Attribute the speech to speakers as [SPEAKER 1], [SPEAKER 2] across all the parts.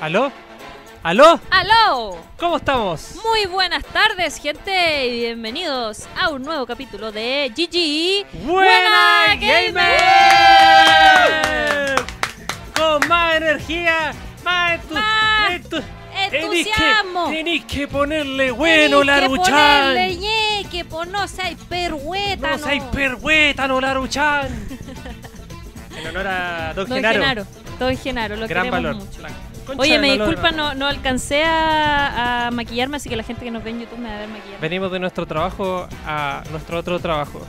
[SPEAKER 1] ¿Aló? ¿Aló?
[SPEAKER 2] ¡Aló!
[SPEAKER 1] ¿Cómo estamos?
[SPEAKER 2] Muy buenas tardes, gente, y bienvenidos a un nuevo capítulo de GG Buena Gamer.
[SPEAKER 1] Con más energía, más, entu-
[SPEAKER 2] Más
[SPEAKER 1] entu- tenés
[SPEAKER 2] ¡Entusiasmo!
[SPEAKER 1] que, tenés que ponerle bueno, Laruchan.
[SPEAKER 2] ¡Leñe, que po no seas perhueta!
[SPEAKER 1] No seas perhuétano, Laruchan. en honor a Don,
[SPEAKER 2] Don
[SPEAKER 1] Genaro.
[SPEAKER 2] Genaro. Don Genaro, lo
[SPEAKER 1] Gran
[SPEAKER 2] queremos
[SPEAKER 1] valor.
[SPEAKER 2] mucho.
[SPEAKER 1] La concha
[SPEAKER 2] Oye,
[SPEAKER 1] del
[SPEAKER 2] me
[SPEAKER 1] valor.
[SPEAKER 2] disculpa, no, no alcancé a, a maquillarme, así que la gente que nos ve en YouTube me va a ver maquillarme.
[SPEAKER 1] Venimos de nuestro trabajo a nuestro otro trabajo.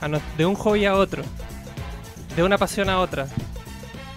[SPEAKER 1] a nos- de un hobby a otro. De una pasión a otra.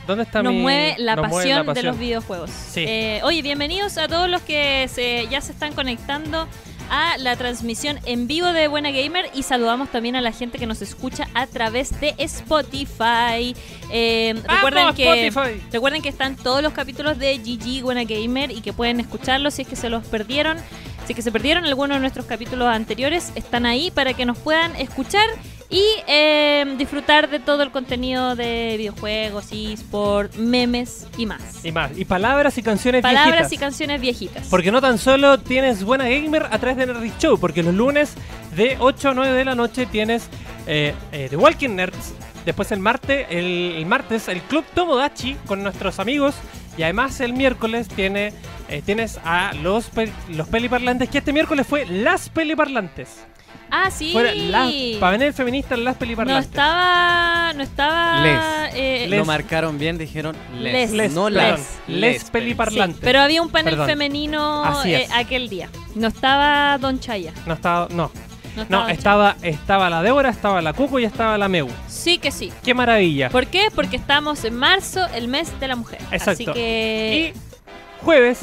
[SPEAKER 1] ¿Dónde está
[SPEAKER 2] Nos
[SPEAKER 1] mi...?
[SPEAKER 2] mueve la
[SPEAKER 1] nos mueve
[SPEAKER 2] pasión
[SPEAKER 1] la
[SPEAKER 2] de los videojuegos.
[SPEAKER 1] Sí.
[SPEAKER 2] Eh, oye, bienvenidos a todos los que se- ya se están conectando a la transmisión en vivo de Buena Gamer y saludamos también a la gente que nos escucha a través de Spotify. Eh,
[SPEAKER 1] ¡Vamos,
[SPEAKER 2] recuerden que
[SPEAKER 1] Spotify!
[SPEAKER 2] recuerden que están todos los capítulos de GG Buena Gamer y que pueden escucharlos si es que se los perdieron. Si es que se perdieron algunos de nuestros capítulos anteriores, están ahí para que nos puedan escuchar y eh, disfrutar de todo el contenido de videojuegos, eSport, memes y más.
[SPEAKER 1] Y más. Y palabras y canciones
[SPEAKER 2] Palabras
[SPEAKER 1] viejitas.
[SPEAKER 2] y canciones viejitas.
[SPEAKER 1] Porque no tan solo tienes Buena Gamer a través de Nerdic Show, porque los lunes de 8 a 9 de la noche tienes eh, eh, The Walking Nerds. Después el martes, el, el martes el Club Tomodachi con nuestros amigos. Y además el miércoles tiene, eh, tienes a los, pe- los peliparlantes, que este miércoles fue Las Peliparlantes.
[SPEAKER 2] ah, sí.
[SPEAKER 1] Fuera las, para venir el feminista, Las
[SPEAKER 2] no
[SPEAKER 1] Peliparlantes.
[SPEAKER 2] estaba. No estaba.
[SPEAKER 3] Les.
[SPEAKER 2] eh,
[SPEAKER 1] Les.
[SPEAKER 3] Lo marcaron bien, dijeron les.
[SPEAKER 2] Les.
[SPEAKER 1] Les,
[SPEAKER 3] no
[SPEAKER 1] perdón,
[SPEAKER 3] las.
[SPEAKER 1] les,
[SPEAKER 3] perdón.
[SPEAKER 2] sí,
[SPEAKER 1] Peliparlantes.
[SPEAKER 2] pero había un panel
[SPEAKER 1] Perdón.
[SPEAKER 2] femenino
[SPEAKER 1] Así
[SPEAKER 2] eh,
[SPEAKER 1] es.
[SPEAKER 2] aquel día. No estaba Don Chaya.
[SPEAKER 1] No estaba, no,
[SPEAKER 2] No estaba,
[SPEAKER 1] no,
[SPEAKER 2] Don
[SPEAKER 1] estaba, estaba la Débora, estaba la Cuco y estaba la Meu.
[SPEAKER 2] Chaya. Sí que sí.
[SPEAKER 1] ¡Qué maravilla!
[SPEAKER 2] ¿Por qué? Porque estamos en marzo, el mes de la mujer. Así
[SPEAKER 1] Exacto.
[SPEAKER 2] que.
[SPEAKER 1] Y jueves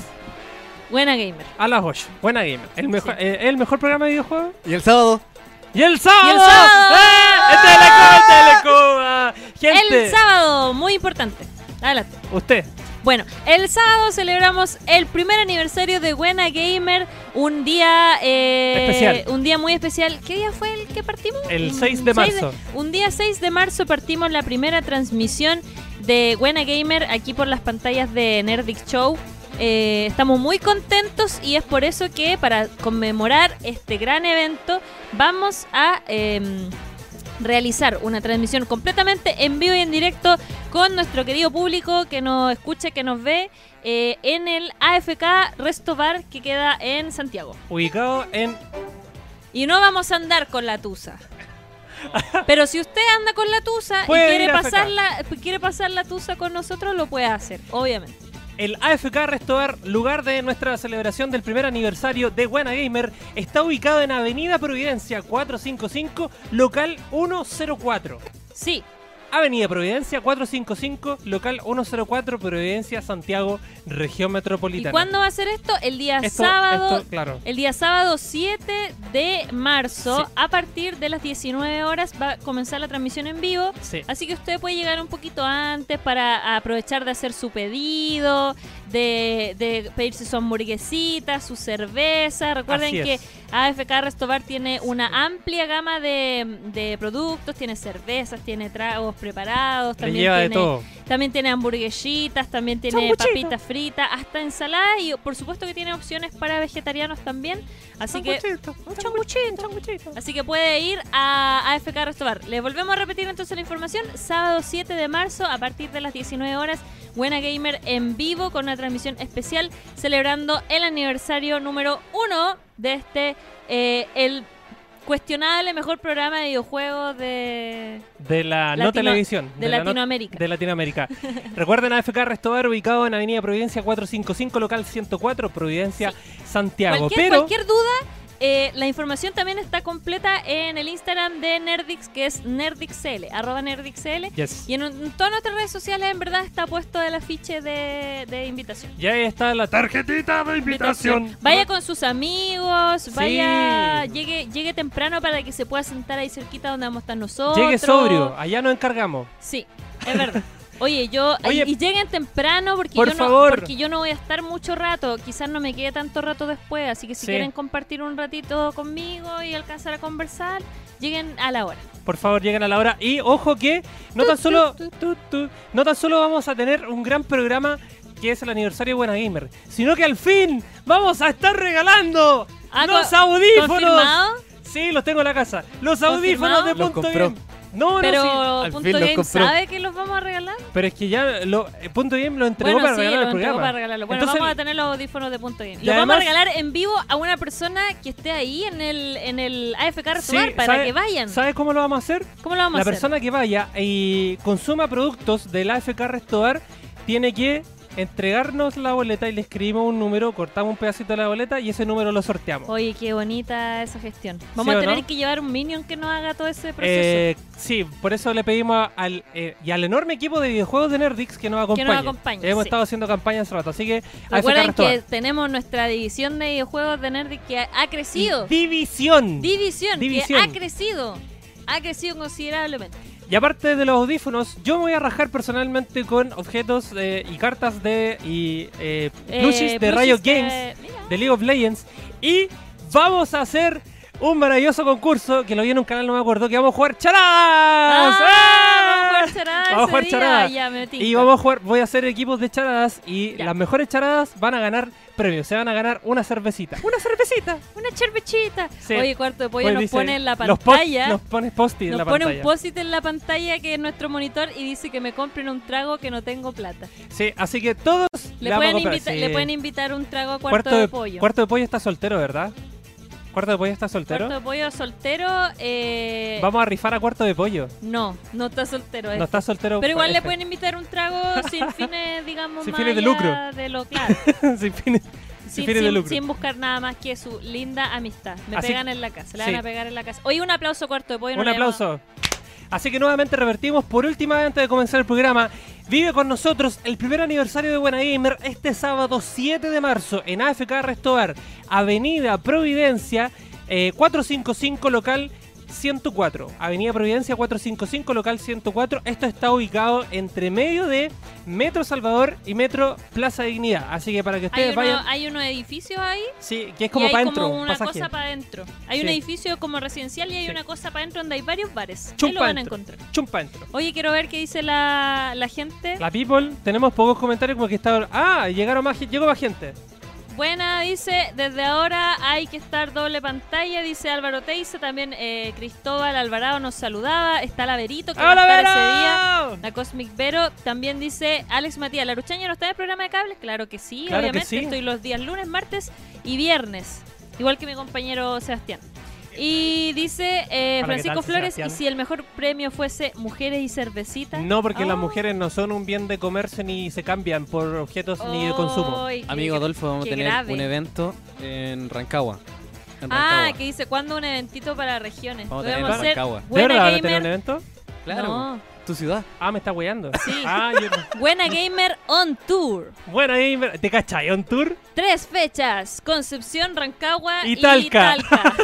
[SPEAKER 2] Buena gamer.
[SPEAKER 1] a las 8. Buena gamer. El mejor,
[SPEAKER 2] Sí.
[SPEAKER 1] eh, el mejor programa de videojuegos.
[SPEAKER 3] Y el sábado.
[SPEAKER 1] Y el sábado.
[SPEAKER 2] Y el sábado.
[SPEAKER 1] ¡Eh! ¡Esta es la Cuba, esta es la Cuba! Gente,
[SPEAKER 2] El sábado, muy importante. Adelante.
[SPEAKER 1] usted.
[SPEAKER 2] Bueno, el sábado celebramos el primer aniversario de Buena Gamer, un día eh,
[SPEAKER 1] Especial.
[SPEAKER 2] un día muy especial. ¿Qué día fue el que partimos? Mm,
[SPEAKER 1] El
[SPEAKER 2] Un
[SPEAKER 1] 6 Mm, de marzo.
[SPEAKER 2] un día 6 de marzo partimos la primera transmisión de Buena Gamer aquí por las pantallas de Nerdic Show. Eh, estamos muy contentos y es por eso que para conmemorar este gran evento vamos a em, realizar una transmisión completamente en vivo y en directo con nuestro querido público que nos escucha, que nos ve eh, en el AFK Resto Bar que queda en Santiago.
[SPEAKER 1] Ubicado en.
[SPEAKER 2] Y no vamos a andar con la tusa. Pero si usted anda con la tusa y
[SPEAKER 1] Puede
[SPEAKER 2] quiere
[SPEAKER 1] ir a
[SPEAKER 2] pasar, la, quiere pasar la tusa con nosotros, lo puede hacer, obviamente.
[SPEAKER 1] El AFK Restobar, lugar de nuestra celebración del primer aniversario de Buena Gamer, está ubicado en Avenida Providencia 455, local 104.
[SPEAKER 2] Sí,
[SPEAKER 1] Avenida Providencia 455, local 104, Providencia, Santiago, región
[SPEAKER 2] ¿y
[SPEAKER 1] metropolitana.
[SPEAKER 2] cuándo va a ser esto? El día
[SPEAKER 1] Esto-
[SPEAKER 2] sábado.
[SPEAKER 1] esto, claro.
[SPEAKER 2] El día sábado 7 de marzo,
[SPEAKER 1] Sí.
[SPEAKER 2] a partir de las 19 horas, va a comenzar la transmisión en vivo.
[SPEAKER 1] Sí.
[SPEAKER 2] Así que usted puede llegar un poquito antes para aprovechar de hacer su pedido, de, de pedirse su hamburguesita, su cerveza. Recuerden
[SPEAKER 1] Así
[SPEAKER 2] que
[SPEAKER 1] es.
[SPEAKER 2] AFK Restobar tiene una amplia gama de, de productos, tiene cervezas, tiene tragos preparados,
[SPEAKER 1] Le
[SPEAKER 2] también
[SPEAKER 1] lleva de
[SPEAKER 2] tiene,
[SPEAKER 1] todo.
[SPEAKER 2] también tiene hamburguesitas, también tiene
[SPEAKER 1] Sanguchito.
[SPEAKER 2] papitas fritas, hasta ensalada y por supuesto que tiene opciones para vegetarianos también. Así que Así que puede ir a AFK Restobar. Les volvemos a repetir entonces la información. Sábado 7 de marzo a partir de las 19 horas, Buena Gamer en vivo con una transmisión especial celebrando el aniversario número 1 de este, eh, el cuestionable mejor programa de videojuegos de,
[SPEAKER 1] De la no
[SPEAKER 2] Latino-
[SPEAKER 1] televisión.
[SPEAKER 2] de
[SPEAKER 1] la no-
[SPEAKER 2] Latinoamérica.
[SPEAKER 1] de Latinoamérica. Recuerden AFK Restobar ubicado en Avenida Providencia 455, local 104, Providencia, Santiago.
[SPEAKER 2] Cualquier,
[SPEAKER 1] Pero
[SPEAKER 2] cualquier duda, eh, la información también está completa en el Instagram de Nerdix, que es nerdixl, arroba nerdixl.
[SPEAKER 1] Yes.
[SPEAKER 2] Y en, un- en todas nuestras redes sociales, en verdad, está puesto el afiche de, de invitación.
[SPEAKER 1] ya está la tarjetita de invitación.
[SPEAKER 2] Vaya con sus amigos,
[SPEAKER 1] Sí.
[SPEAKER 2] vaya, llegue, llegue temprano para que se pueda sentar ahí cerquita donde vamos a estar nosotros.
[SPEAKER 1] Llegue sobrio, allá nos encargamos.
[SPEAKER 2] Sí, es verdad. Oye, yo
[SPEAKER 1] Oye,
[SPEAKER 2] y lleguen temprano porque
[SPEAKER 1] por
[SPEAKER 2] yo no
[SPEAKER 1] favor.
[SPEAKER 2] porque yo no voy a estar mucho rato, quizás no me quede tanto rato después, así que si
[SPEAKER 1] Sí.
[SPEAKER 2] quieren compartir un ratito conmigo y alcanzar a conversar, lleguen a la hora.
[SPEAKER 1] Por favor, lleguen a la hora. Y ojo que no tan solo, tu, tu, no tan solo vamos a tener un gran programa que es el aniversario de Buena Gamer, sino que al fin vamos a estar regalando
[SPEAKER 2] Ah,
[SPEAKER 1] los
[SPEAKER 2] co-
[SPEAKER 1] audífonos.
[SPEAKER 2] ¿Confirmado?
[SPEAKER 1] Sí, los tengo en la casa. Los
[SPEAKER 2] ¿Confirmado?
[SPEAKER 1] audífonos de
[SPEAKER 3] Los
[SPEAKER 1] Punto
[SPEAKER 3] compró.
[SPEAKER 1] Game. No, no, sí.
[SPEAKER 2] Pero
[SPEAKER 3] al fin
[SPEAKER 2] Punto
[SPEAKER 3] los
[SPEAKER 2] Game
[SPEAKER 3] compró.
[SPEAKER 2] sabe que los vamos a regalar.
[SPEAKER 1] Pero es que ya lo, eh, Punto Game lo entregó
[SPEAKER 2] bueno,
[SPEAKER 1] para
[SPEAKER 2] sí,
[SPEAKER 1] regalar
[SPEAKER 2] lo
[SPEAKER 1] el
[SPEAKER 2] entregó
[SPEAKER 1] programa.
[SPEAKER 2] para regalarlo. Bueno,
[SPEAKER 1] Entonces,
[SPEAKER 2] vamos a tener los audífonos de punto game.
[SPEAKER 1] Y
[SPEAKER 2] Lo vamos a
[SPEAKER 1] además-
[SPEAKER 2] regalar en vivo a una persona que esté ahí en el, en el AFK
[SPEAKER 1] sí,
[SPEAKER 2] Retomar para
[SPEAKER 1] ¿sabe-
[SPEAKER 2] que vayan.
[SPEAKER 1] ¿Sabes cómo lo vamos a hacer?
[SPEAKER 2] ¿Cómo lo vamos
[SPEAKER 1] la
[SPEAKER 2] a hacer?
[SPEAKER 1] persona que vaya y consuma productos del AFK Restobar tiene que entregarnos la boleta y le escribimos un número, cortamos un pedacito de la boleta y ese número lo sorteamos.
[SPEAKER 2] Oye, qué bonita esa gestión. Vamos
[SPEAKER 1] ¿Sí
[SPEAKER 2] a
[SPEAKER 1] o
[SPEAKER 2] tener
[SPEAKER 1] no?
[SPEAKER 2] que llevar un minion que nos haga todo ese proceso.
[SPEAKER 1] Eh, sí, por eso le pedimos a- al, eh, y al enorme equipo de videojuegos de Nerdix que nos acompañe.
[SPEAKER 2] acompañe,
[SPEAKER 1] Hemos
[SPEAKER 2] sí.
[SPEAKER 1] estado haciendo campaña hace rato, así que AFK
[SPEAKER 2] Recuerden
[SPEAKER 1] Restobar.
[SPEAKER 2] que tenemos nuestra división de videojuegos de Nerdic que ha, ha crecido.
[SPEAKER 1] División.
[SPEAKER 2] división,
[SPEAKER 1] división.
[SPEAKER 2] que ha crecido. Ha crecido considerablemente.
[SPEAKER 1] Y aparte de los audífonos, yo me voy a rajar personalmente con objetos eh, y cartas de y eh, plushies
[SPEAKER 2] Eh,
[SPEAKER 1] de Riot
[SPEAKER 2] plushis de-
[SPEAKER 1] Games,
[SPEAKER 2] mira.
[SPEAKER 1] de League of Legends. Y vamos a hacer un maravilloso concurso que lo vi en un canal, no me acuerdo, que vamos a jugar charadas.
[SPEAKER 2] Ah,
[SPEAKER 1] ¡Eh!
[SPEAKER 2] Vamos a jugar charada
[SPEAKER 1] Vamos a
[SPEAKER 2] ese
[SPEAKER 1] jugar
[SPEAKER 2] día.
[SPEAKER 1] charada.
[SPEAKER 2] Ya, me tinca.
[SPEAKER 1] Y vamos a jugar, voy a hacer equipos de charadas y
[SPEAKER 2] Ya.
[SPEAKER 1] las mejores charadas van a ganar premios, se van a ganar una cervecita. Una cervecita.
[SPEAKER 2] Una charpechita.
[SPEAKER 1] Sí.
[SPEAKER 2] Oye, cuarto de pollo
[SPEAKER 1] Pues
[SPEAKER 2] nos
[SPEAKER 1] dice,
[SPEAKER 2] pone en la
[SPEAKER 1] los post-
[SPEAKER 2] pantalla.
[SPEAKER 1] Nos pone post-it en
[SPEAKER 2] nos
[SPEAKER 1] la
[SPEAKER 2] pone
[SPEAKER 1] pantalla.
[SPEAKER 2] un post-it en la pantalla que es nuestro monitor y dice que me compren un trago que no tengo plata.
[SPEAKER 1] Sí, así que todos
[SPEAKER 2] Le,
[SPEAKER 1] la vamos a
[SPEAKER 2] pueden,
[SPEAKER 1] comprar,
[SPEAKER 2] invita-
[SPEAKER 1] sí.
[SPEAKER 2] le pueden invitar un trago a cuarto, de, pollo.
[SPEAKER 1] Cuarto de pollo está soltero, ¿verdad? Cuarto de pollo está soltero.
[SPEAKER 2] Cuarto de pollo soltero. eh,
[SPEAKER 1] Vamos a rifar a cuarto de pollo.
[SPEAKER 2] No, no está soltero.
[SPEAKER 1] No
[SPEAKER 2] este.
[SPEAKER 1] está soltero. este.
[SPEAKER 2] Pero igual le
[SPEAKER 1] F.
[SPEAKER 2] pueden invitar un trago sin fines, digamos,
[SPEAKER 1] Sin
[SPEAKER 2] más
[SPEAKER 1] fines de
[SPEAKER 2] allá
[SPEAKER 1] lucro.
[SPEAKER 2] de lo claro.
[SPEAKER 1] sin fines, sin
[SPEAKER 2] sin,
[SPEAKER 1] fines de
[SPEAKER 2] sin-
[SPEAKER 1] lucro.
[SPEAKER 2] sin buscar nada más que su linda amistad. Me
[SPEAKER 1] Así-
[SPEAKER 2] pegan en la casa, le
[SPEAKER 1] sí.
[SPEAKER 2] van a pegar en la casa. Oye, un aplauso cuarto de pollo. no
[SPEAKER 1] Un
[SPEAKER 2] le llamamos-
[SPEAKER 1] aplauso. Así que nuevamente revertimos por última vez antes de comenzar el programa. Vive con nosotros el primer aniversario de Buena Gamer este sábado 7 de marzo en AFK Restobar, Avenida Providencia eh, 455 local 104. Avenida Providencia 455 local 104. Esto está ubicado entre medio de Metro Salvador y Metro Plaza Dignidad. Así que para que
[SPEAKER 2] Hay,
[SPEAKER 1] ustedes
[SPEAKER 2] uno-
[SPEAKER 1] vayan...
[SPEAKER 2] hay unos edificios ahí
[SPEAKER 1] Sí, que es como
[SPEAKER 2] y hay
[SPEAKER 1] para
[SPEAKER 2] como
[SPEAKER 1] adentro.
[SPEAKER 2] una
[SPEAKER 1] pasaje.
[SPEAKER 2] cosa para adentro. Hay un
[SPEAKER 1] Sí.
[SPEAKER 2] edificio como residencial y hay
[SPEAKER 1] Sí.
[SPEAKER 2] una cosa para adentro donde hay varios bares.
[SPEAKER 1] Chum
[SPEAKER 2] ahí lo
[SPEAKER 1] pa'
[SPEAKER 2] van a
[SPEAKER 1] dentro.
[SPEAKER 2] encontrar.
[SPEAKER 1] Chumpa adentro.
[SPEAKER 2] Oye, quiero ver qué dice la, la gente.
[SPEAKER 1] La people, tenemos pocos comentarios como que está. Ah, llegaron más, gen- llegó más gente.
[SPEAKER 2] Buena, dice, desde ahora hay que estar doble pantalla, dice Álvaro Teise. También eh, Cristóbal Alvarado nos saludaba. Está la Verito que va a
[SPEAKER 1] ¡Hola,
[SPEAKER 2] estar ese día.
[SPEAKER 1] Vera!
[SPEAKER 2] La Cosmic Vero también dice Alex Matías, ¿la Luchaña no está en el programa de cables? Claro que sí,
[SPEAKER 1] Claro que
[SPEAKER 2] obviamente.
[SPEAKER 1] sí.
[SPEAKER 2] Estoy los días lunes, martes y viernes. Igual que mi compañero Sebastián. Y dice
[SPEAKER 1] Hola,
[SPEAKER 2] eh,
[SPEAKER 1] ¿qué
[SPEAKER 2] Francisco
[SPEAKER 1] tal,
[SPEAKER 2] Flores,
[SPEAKER 1] Sebastián?
[SPEAKER 2] ¿y si el mejor premio fuese mujeres y cervecita?
[SPEAKER 1] No, porque las
[SPEAKER 2] Oh.
[SPEAKER 1] mujeres no son un bien de comerse ni se cambian por objetos ni
[SPEAKER 2] Oh.
[SPEAKER 1] de consumo.
[SPEAKER 2] Ay, qué-
[SPEAKER 3] Amigo Adolfo, vamos a
[SPEAKER 2] qué
[SPEAKER 3] tener
[SPEAKER 2] grave.
[SPEAKER 3] un evento en Rancagua. En
[SPEAKER 2] Ah,
[SPEAKER 3] Rancagua.
[SPEAKER 2] que dice, ¿cuándo un eventito para regiones?
[SPEAKER 3] Vamos a
[SPEAKER 2] Lo
[SPEAKER 3] tener
[SPEAKER 2] vamos a
[SPEAKER 3] en
[SPEAKER 2] hacer
[SPEAKER 3] Rancagua.
[SPEAKER 1] ¿De
[SPEAKER 2] Buena
[SPEAKER 1] verdad van a tener un
[SPEAKER 2] Gamer.
[SPEAKER 1] evento?
[SPEAKER 3] Claro,
[SPEAKER 2] No.
[SPEAKER 3] tu ciudad.
[SPEAKER 1] Ah, me está weyando.
[SPEAKER 2] Sí.
[SPEAKER 1] Ah, yo-
[SPEAKER 2] Buena Gamer on Tour.
[SPEAKER 1] Bueno, ahí me- ¿te cachai? ¿On tour?
[SPEAKER 2] Tres fechas. Concepción, Rancagua
[SPEAKER 1] Y Talca.
[SPEAKER 2] Y Talca.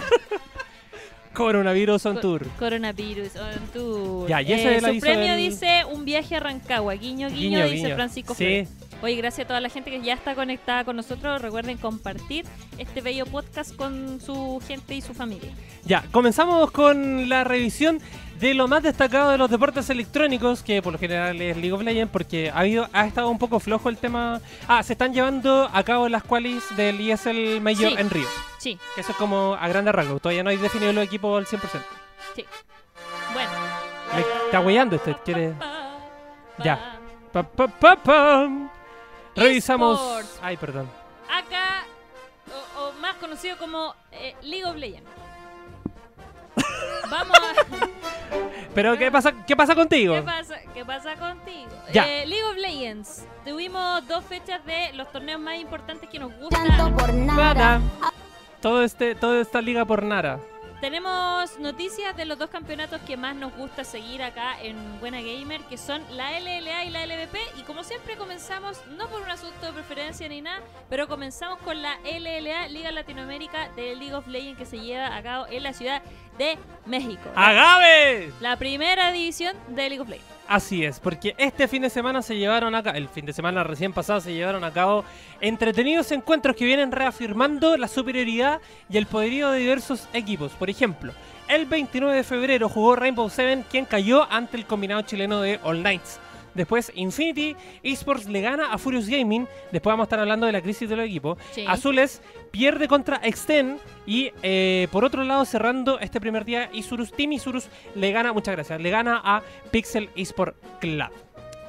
[SPEAKER 1] Coronavirus on
[SPEAKER 2] Co-
[SPEAKER 1] tour.
[SPEAKER 2] Coronavirus on tour.
[SPEAKER 1] Ya, y ese es el
[SPEAKER 2] eh, su
[SPEAKER 1] aviso
[SPEAKER 2] premio
[SPEAKER 1] del-
[SPEAKER 2] dice un viaje a Rancagua. Guiño, guiño,
[SPEAKER 1] Guiño,
[SPEAKER 2] dice
[SPEAKER 1] guiño.
[SPEAKER 2] Francisco
[SPEAKER 1] Sí,
[SPEAKER 2] Flores. Oye, gracias a toda la gente que ya está conectada con nosotros. Recuerden compartir este bello podcast con su gente y su familia.
[SPEAKER 1] ya. Comenzamos con la revisión de lo más destacado de los deportes electrónicos, que por lo general es League of Legends, porque ha, habido, ha estado un poco flojo el tema. Ah, se están llevando a cabo las qualis del ESL Major
[SPEAKER 2] Sí.
[SPEAKER 1] en Río.
[SPEAKER 2] Sí,
[SPEAKER 1] Que eso es como a grandes rasgos. Todavía no hay definido los equipos al 100%.
[SPEAKER 2] bueno.
[SPEAKER 1] Me está hueando usted, quiere-
[SPEAKER 2] Pa, pa,
[SPEAKER 1] Ya. Pa, pa, pa, pam. Revisamos.
[SPEAKER 2] Esports.
[SPEAKER 1] Ay, perdón.
[SPEAKER 2] Acá, o, o más conocido como eh, League of Legends. Vamos a...
[SPEAKER 1] Pero, ¿qué pasa, qué pasa contigo?
[SPEAKER 2] ¿Qué pasa, ¿Qué pasa contigo?
[SPEAKER 1] Ya.
[SPEAKER 2] Eh, League of Legends. Tuvimos dos fechas de los torneos más importantes que nos
[SPEAKER 4] tanto
[SPEAKER 2] gustan.
[SPEAKER 4] por
[SPEAKER 1] Nada.
[SPEAKER 4] nada.
[SPEAKER 1] Todo este, toda esta liga por Nara.
[SPEAKER 2] Tenemos noticias de los dos campeonatos que más nos gusta seguir acá en Buena Gamer, que son la LLA y la LVP. Y como siempre comenzamos, no por un asunto de preferencia ni nada, pero comenzamos con la LLA, Liga Latinoamérica de League of Legends, que se lleva a cabo en la Ciudad de México.
[SPEAKER 1] Ah, ¡Agave!
[SPEAKER 2] La primera división de League of Legends.
[SPEAKER 1] Así es, porque este fin de semana se llevaron acá, el fin de semana recién pasado se llevaron a cabo entretenidos encuentros que vienen reafirmando la superioridad y el poderío de diversos equipos. Por ejemplo, el 29 de febrero jugó Rainbow Seven, quien cayó ante el combinado chileno de All Knights. Después Infinity Esports le gana a Furious Gaming. Después vamos a estar hablando de la crisis de los equipos.
[SPEAKER 2] Sí.
[SPEAKER 1] Azules pierde contra Exten. Y eh, por otro lado, cerrando este primer día, Isurus, Team Isurus le gana, muchas gracias, le gana a Pixel Esport Club.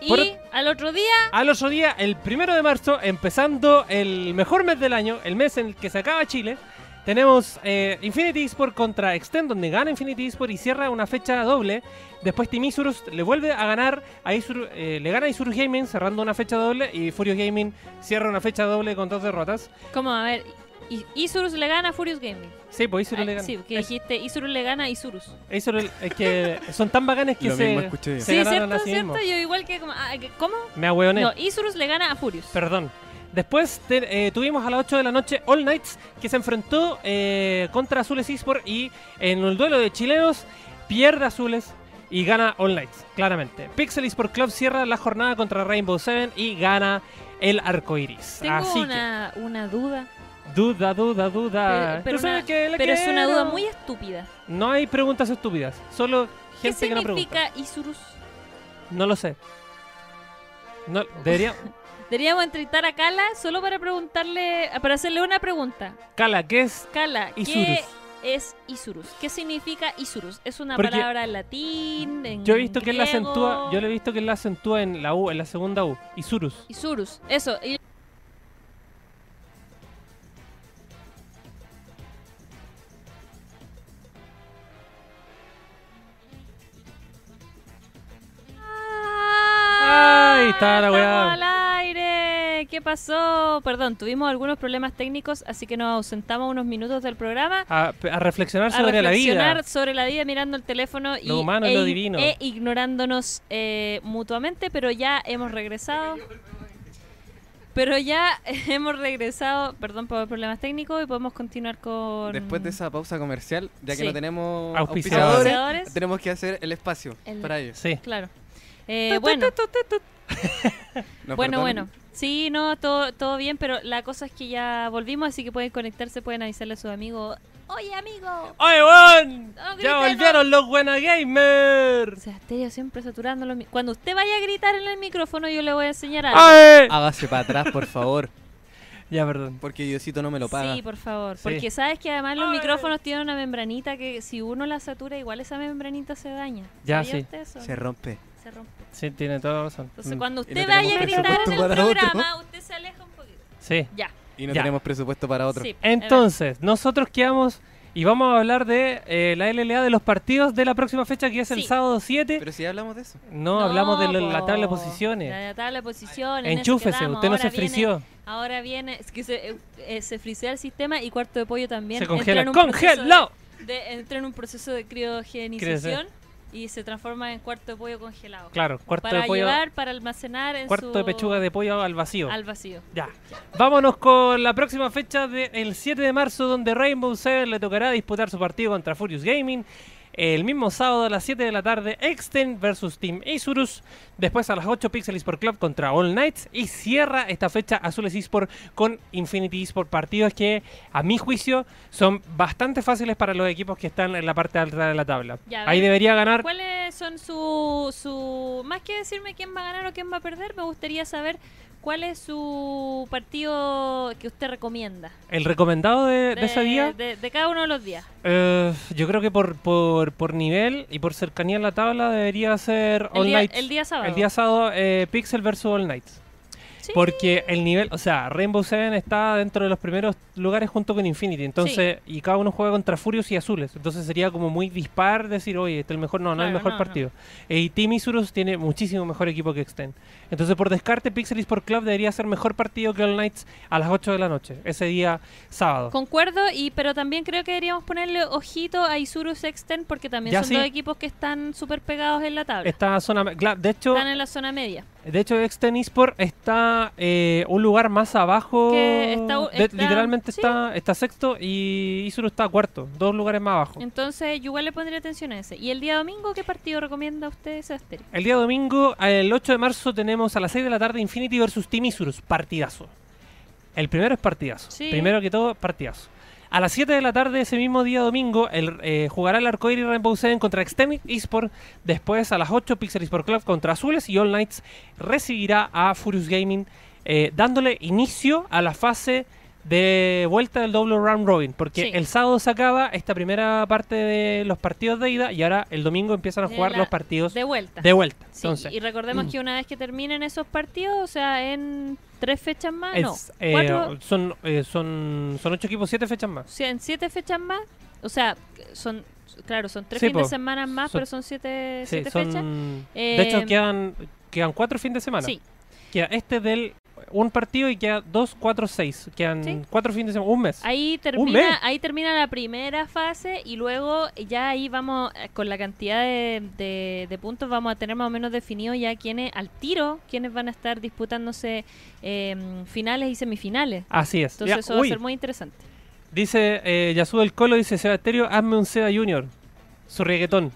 [SPEAKER 2] Y
[SPEAKER 1] por-
[SPEAKER 2] al otro día,
[SPEAKER 1] Al otro día, el primero de marzo, empezando el mejor mes del año, el mes en el que se acaba Chile, tenemos eh, Infinity Esport contra Extend, donde gana Infinity Esport y cierra una fecha doble. Después Team Isurus le vuelve a ganar, a Isuru- eh, le gana a Isurus Gaming cerrando una fecha doble y Furious Gaming cierra una fecha doble con dos derrotas.
[SPEAKER 2] como a ver, I- Isurus le gana a Furious Gaming.
[SPEAKER 1] Sí, pues Isurus
[SPEAKER 2] Ah,
[SPEAKER 1] le gana.
[SPEAKER 2] Sí, que dijiste Isurus le gana a Isurus.
[SPEAKER 1] Isurus- es que son tan bacanes que
[SPEAKER 3] Lo
[SPEAKER 1] se...
[SPEAKER 3] mismo escuché yo.
[SPEAKER 1] se
[SPEAKER 2] Sí,
[SPEAKER 1] ganaron
[SPEAKER 2] cierto,
[SPEAKER 1] a sí
[SPEAKER 2] cierto.
[SPEAKER 1] mismos.
[SPEAKER 2] Yo igual que como, ah, que- ¿cómo?
[SPEAKER 1] Me ahueoné.
[SPEAKER 2] No, Isurus le gana a Furious.
[SPEAKER 1] Perdón. Después te- eh, tuvimos a las 8 de la noche All Knights que se enfrentó eh, contra Azules Esport y en el duelo de chilenos pierde Azules y gana All Knights, claramente. Pixel Esport Club cierra la jornada contra Rainbow Seven y gana el arco iris.
[SPEAKER 2] Tengo
[SPEAKER 1] Así
[SPEAKER 2] una, una duda,
[SPEAKER 1] que duda, duda, duda.
[SPEAKER 2] Pero- pero
[SPEAKER 1] Tú sabes
[SPEAKER 2] una-
[SPEAKER 1] que le
[SPEAKER 2] pero es una
[SPEAKER 1] quiero.
[SPEAKER 2] duda muy estúpida.
[SPEAKER 1] No hay preguntas estúpidas, solo
[SPEAKER 2] ¿Qué
[SPEAKER 1] gente que no pregunta.
[SPEAKER 2] significa Isurus?
[SPEAKER 1] No lo sé. No, debería...
[SPEAKER 2] Deberíamos entrevistar a Kala solo para preguntarle, para hacerle una pregunta.
[SPEAKER 1] Cala, ¿qué es
[SPEAKER 2] Kala, ¿qué
[SPEAKER 1] Isurus.
[SPEAKER 2] es Isurus? ¿Qué significa Isurus? ¿Es una
[SPEAKER 1] Porque
[SPEAKER 2] palabra en latín? en
[SPEAKER 1] Yo he visto que él la
[SPEAKER 2] griego?
[SPEAKER 1] acentúa, yo le he visto que él la acentúa en la U, en la segunda U, Isurus.
[SPEAKER 2] Isurus, eso. y-
[SPEAKER 1] Ahí está la
[SPEAKER 2] Estamos
[SPEAKER 1] weá.
[SPEAKER 2] al aire. ¿Qué pasó? Perdón, tuvimos algunos problemas técnicos, así que nos ausentamos unos minutos del programa.
[SPEAKER 1] A, a reflexionar
[SPEAKER 2] a
[SPEAKER 1] sobre
[SPEAKER 2] reflexionar
[SPEAKER 1] la vida.
[SPEAKER 2] sobre la vida mirando el teléfono y,
[SPEAKER 1] Lo humano y
[SPEAKER 2] e,
[SPEAKER 1] lo divino.
[SPEAKER 2] e ignorándonos eh, mutuamente, pero ya hemos regresado. Pero ya hemos regresado, perdón por problemas técnicos, y podemos continuar con...
[SPEAKER 3] Después de esa pausa comercial, ya que
[SPEAKER 2] Sí.
[SPEAKER 3] no tenemos
[SPEAKER 1] Auspiciadores.
[SPEAKER 3] auspiciadores,
[SPEAKER 2] Auspiciadores.
[SPEAKER 3] tenemos que hacer el espacio
[SPEAKER 2] El-
[SPEAKER 3] para ellos.
[SPEAKER 1] Sí.
[SPEAKER 2] Claro. Eh, bueno,
[SPEAKER 3] Nos
[SPEAKER 2] bueno,
[SPEAKER 3] perdonan.
[SPEAKER 2] bueno. Sí, no, todo, todo bien, pero la cosa es que ya volvimos, así que pueden conectarse, pueden avisarle a sus amigos. Oye, amigo.
[SPEAKER 1] ¡Oye, weón!
[SPEAKER 2] No, griten,
[SPEAKER 1] ¡Ya
[SPEAKER 2] no.
[SPEAKER 1] volvieron los buena
[SPEAKER 2] O
[SPEAKER 1] gamers!
[SPEAKER 2] sea, Stereo siempre saturándolo. Cuando usted vaya a gritar en el micrófono, yo le voy a enseñar algo.
[SPEAKER 1] ¡Ay!
[SPEAKER 3] Hágase para atrás, por favor,
[SPEAKER 1] Ya, perdón.
[SPEAKER 3] porque Diosito no me lo paga.
[SPEAKER 2] Sí, por favor.
[SPEAKER 1] Sí.
[SPEAKER 2] Porque sabes que además los
[SPEAKER 1] Ay.
[SPEAKER 2] micrófonos tienen una membranita que si uno la satura, igual esa membranita se daña.
[SPEAKER 1] Ya,
[SPEAKER 2] ¿Sabía
[SPEAKER 1] sí.
[SPEAKER 2] usted eso?
[SPEAKER 3] Se rompe.
[SPEAKER 2] Se rompe.
[SPEAKER 1] Sí, tiene toda la razón.
[SPEAKER 2] Entonces,
[SPEAKER 3] Mm.
[SPEAKER 2] cuando
[SPEAKER 3] Y no
[SPEAKER 2] usted
[SPEAKER 3] tenemos
[SPEAKER 2] vaya a gritar
[SPEAKER 3] presupuesto
[SPEAKER 2] en el
[SPEAKER 3] para otro.
[SPEAKER 2] programa, usted se aleja un poquito.
[SPEAKER 1] Sí.
[SPEAKER 2] Ya.
[SPEAKER 3] Y no
[SPEAKER 1] Ya.
[SPEAKER 3] tenemos presupuesto para otro.
[SPEAKER 2] sí, es verdad.
[SPEAKER 1] Entonces, nosotros quedamos y vamos a hablar de eh, la LLA de los partidos de la próxima fecha, que es el
[SPEAKER 2] Sí.
[SPEAKER 1] sábado 7.
[SPEAKER 3] Pero si hablamos de eso.
[SPEAKER 1] no, hablamos de lo- la
[SPEAKER 2] po.
[SPEAKER 1] tabla de
[SPEAKER 2] La,
[SPEAKER 1] posiciones.
[SPEAKER 2] la tabla de posiciones. en eso
[SPEAKER 1] Enchúfese,
[SPEAKER 2] quedamos.
[SPEAKER 1] usted no se
[SPEAKER 2] Ahora viene-
[SPEAKER 1] frició.
[SPEAKER 2] ahora viene, es que se, eh, eh, se frisea el sistema y cuarto de pollo también.
[SPEAKER 1] Se
[SPEAKER 2] Entra
[SPEAKER 1] congela.
[SPEAKER 2] en un proceso de-
[SPEAKER 1] ¡Congeló!
[SPEAKER 2] de- entra en un proceso de criogenización y se transforma en cuarto de pollo congelado.
[SPEAKER 1] Claro, cuarto
[SPEAKER 2] para
[SPEAKER 1] de pollo.
[SPEAKER 2] llevar, para almacenar en
[SPEAKER 1] Cuarto
[SPEAKER 2] su-
[SPEAKER 1] de pechuga de pollo al vacío.
[SPEAKER 2] al vacío.
[SPEAKER 1] Ya. Vámonos con la próxima fecha del 7 de marzo, donde Rainbow Seven le tocará disputar su partido contra Furious Gaming. El mismo sábado a las 7 de la tarde, Extend versus Team Isurus. Después a las 8, Pixel Esport Club contra All Knights. Y cierra esta fecha Azules Esport con Infinity Esport. Partidos que, a mi juicio, son bastante fáciles para los equipos que están en la parte alta de la tabla.
[SPEAKER 2] Ya, a
[SPEAKER 1] Ahí
[SPEAKER 2] ver.
[SPEAKER 1] debería ganar.
[SPEAKER 2] ¿Cuáles son su, su... Más que decirme quién va a ganar o quién va a perder, me gustaría saber cuál es su partido que usted recomienda.
[SPEAKER 1] El recomendado de, de ese día.
[SPEAKER 2] De, de cada uno de los días.
[SPEAKER 1] Eh, yo creo que por, por, por nivel y por cercanía a la tabla debería ser
[SPEAKER 2] El
[SPEAKER 1] All
[SPEAKER 2] día,
[SPEAKER 1] Night.
[SPEAKER 2] el día sábado.
[SPEAKER 1] El día sábado, eh, Pixel versus All Knights.
[SPEAKER 2] Sí.
[SPEAKER 1] Porque el nivel, o sea, Rainbow Seven está dentro de los primeros lugares junto con Infinity. Entonces, y cada uno juega contra Furious y Azules. Entonces sería como muy dispar decir, oye, este es el mejor. No, no es el
[SPEAKER 2] Claro,
[SPEAKER 1] mejor
[SPEAKER 2] no, no.
[SPEAKER 1] partido. Eh, y Team Isurus tiene muchísimo mejor equipo que Extend. Entonces, por descarte, Pixel Sport Club debería ser mejor partido que All Knights a las 8 de la noche. Ese día sábado.
[SPEAKER 2] Concuerdo, y pero también creo que deberíamos ponerle ojito a Isurus Extend porque también
[SPEAKER 1] Ya,
[SPEAKER 2] son
[SPEAKER 1] sí.
[SPEAKER 2] dos equipos que están súper pegados en la tabla.
[SPEAKER 1] Esta zona. cla- De hecho.
[SPEAKER 2] Están en la zona media.
[SPEAKER 1] De hecho, Exten Esport está eh, un lugar más abajo.
[SPEAKER 2] Que está u-
[SPEAKER 1] De-
[SPEAKER 2] está-
[SPEAKER 1] literalmente
[SPEAKER 2] sí.
[SPEAKER 1] está, está sexto y Isuru está cuarto, dos lugares más abajo.
[SPEAKER 2] Entonces, yo igual le pondría atención a ese. ¿Y el día domingo qué partido recomienda usted, Sebastián?
[SPEAKER 1] El día domingo, el 8 de marzo, tenemos a las 6 de la tarde Infinity versus Team Isurus. Partidazo. El primero es partidazo.
[SPEAKER 2] Sí.
[SPEAKER 1] Primero que todo, partidazo. A las 7 de la tarde ese mismo día domingo el, eh, jugará el Arcoiris Rainbow Seven contra Extended Esport. Después a las 8 Pixel Esport Club contra Azules y All Knights recibirá a Furious Gaming eh, dándole inicio a la fase de vuelta del doble round robin. Porque
[SPEAKER 2] Sí.
[SPEAKER 1] el sábado se acaba esta primera parte de los partidos de ida y ahora el domingo empiezan a
[SPEAKER 2] De
[SPEAKER 1] jugar
[SPEAKER 2] la-
[SPEAKER 1] los partidos
[SPEAKER 2] De vuelta.
[SPEAKER 1] de vuelta.
[SPEAKER 2] Sí,
[SPEAKER 1] Entonces, Mm.
[SPEAKER 2] y recordemos que una vez que terminen esos partidos, o sea, en tres fechas más, no,
[SPEAKER 1] es, eh,
[SPEAKER 2] cuatro,
[SPEAKER 1] son, eh, son, son 8 equipos, 7 fechas más.
[SPEAKER 2] o sea, en siete fechas más, o sea, son, claro, son tres
[SPEAKER 1] Sí,
[SPEAKER 2] fines
[SPEAKER 1] po.
[SPEAKER 2] de semana más,
[SPEAKER 1] Son-
[SPEAKER 2] pero son siete,
[SPEAKER 1] Sí,
[SPEAKER 2] siete
[SPEAKER 1] son-
[SPEAKER 2] fechas.
[SPEAKER 1] De hecho,
[SPEAKER 2] Eh,
[SPEAKER 1] quedan, quedan cuatro fines de semana.
[SPEAKER 2] Sí,
[SPEAKER 1] Queda este del un partido y queda dos, cuatro, seis. Quedan
[SPEAKER 2] Sí.
[SPEAKER 1] cuatro fines de semana, un mes.
[SPEAKER 2] ahí
[SPEAKER 1] mes.
[SPEAKER 2] termina, ahí termina la primera fase y luego ya ahí vamos, eh, con la cantidad de, de- de puntos vamos a tener más o menos definido ya quiénes, al tiro, quiénes van a estar disputándose eh, finales y semifinales.
[SPEAKER 1] Así es.
[SPEAKER 2] Entonces
[SPEAKER 1] Ya,
[SPEAKER 2] eso va a
[SPEAKER 1] uy,
[SPEAKER 2] ser muy interesante.
[SPEAKER 1] Dice eh, Yasuo del Colo, dice Seba Stereo, hazme un Seba Junior. Su reggaetón.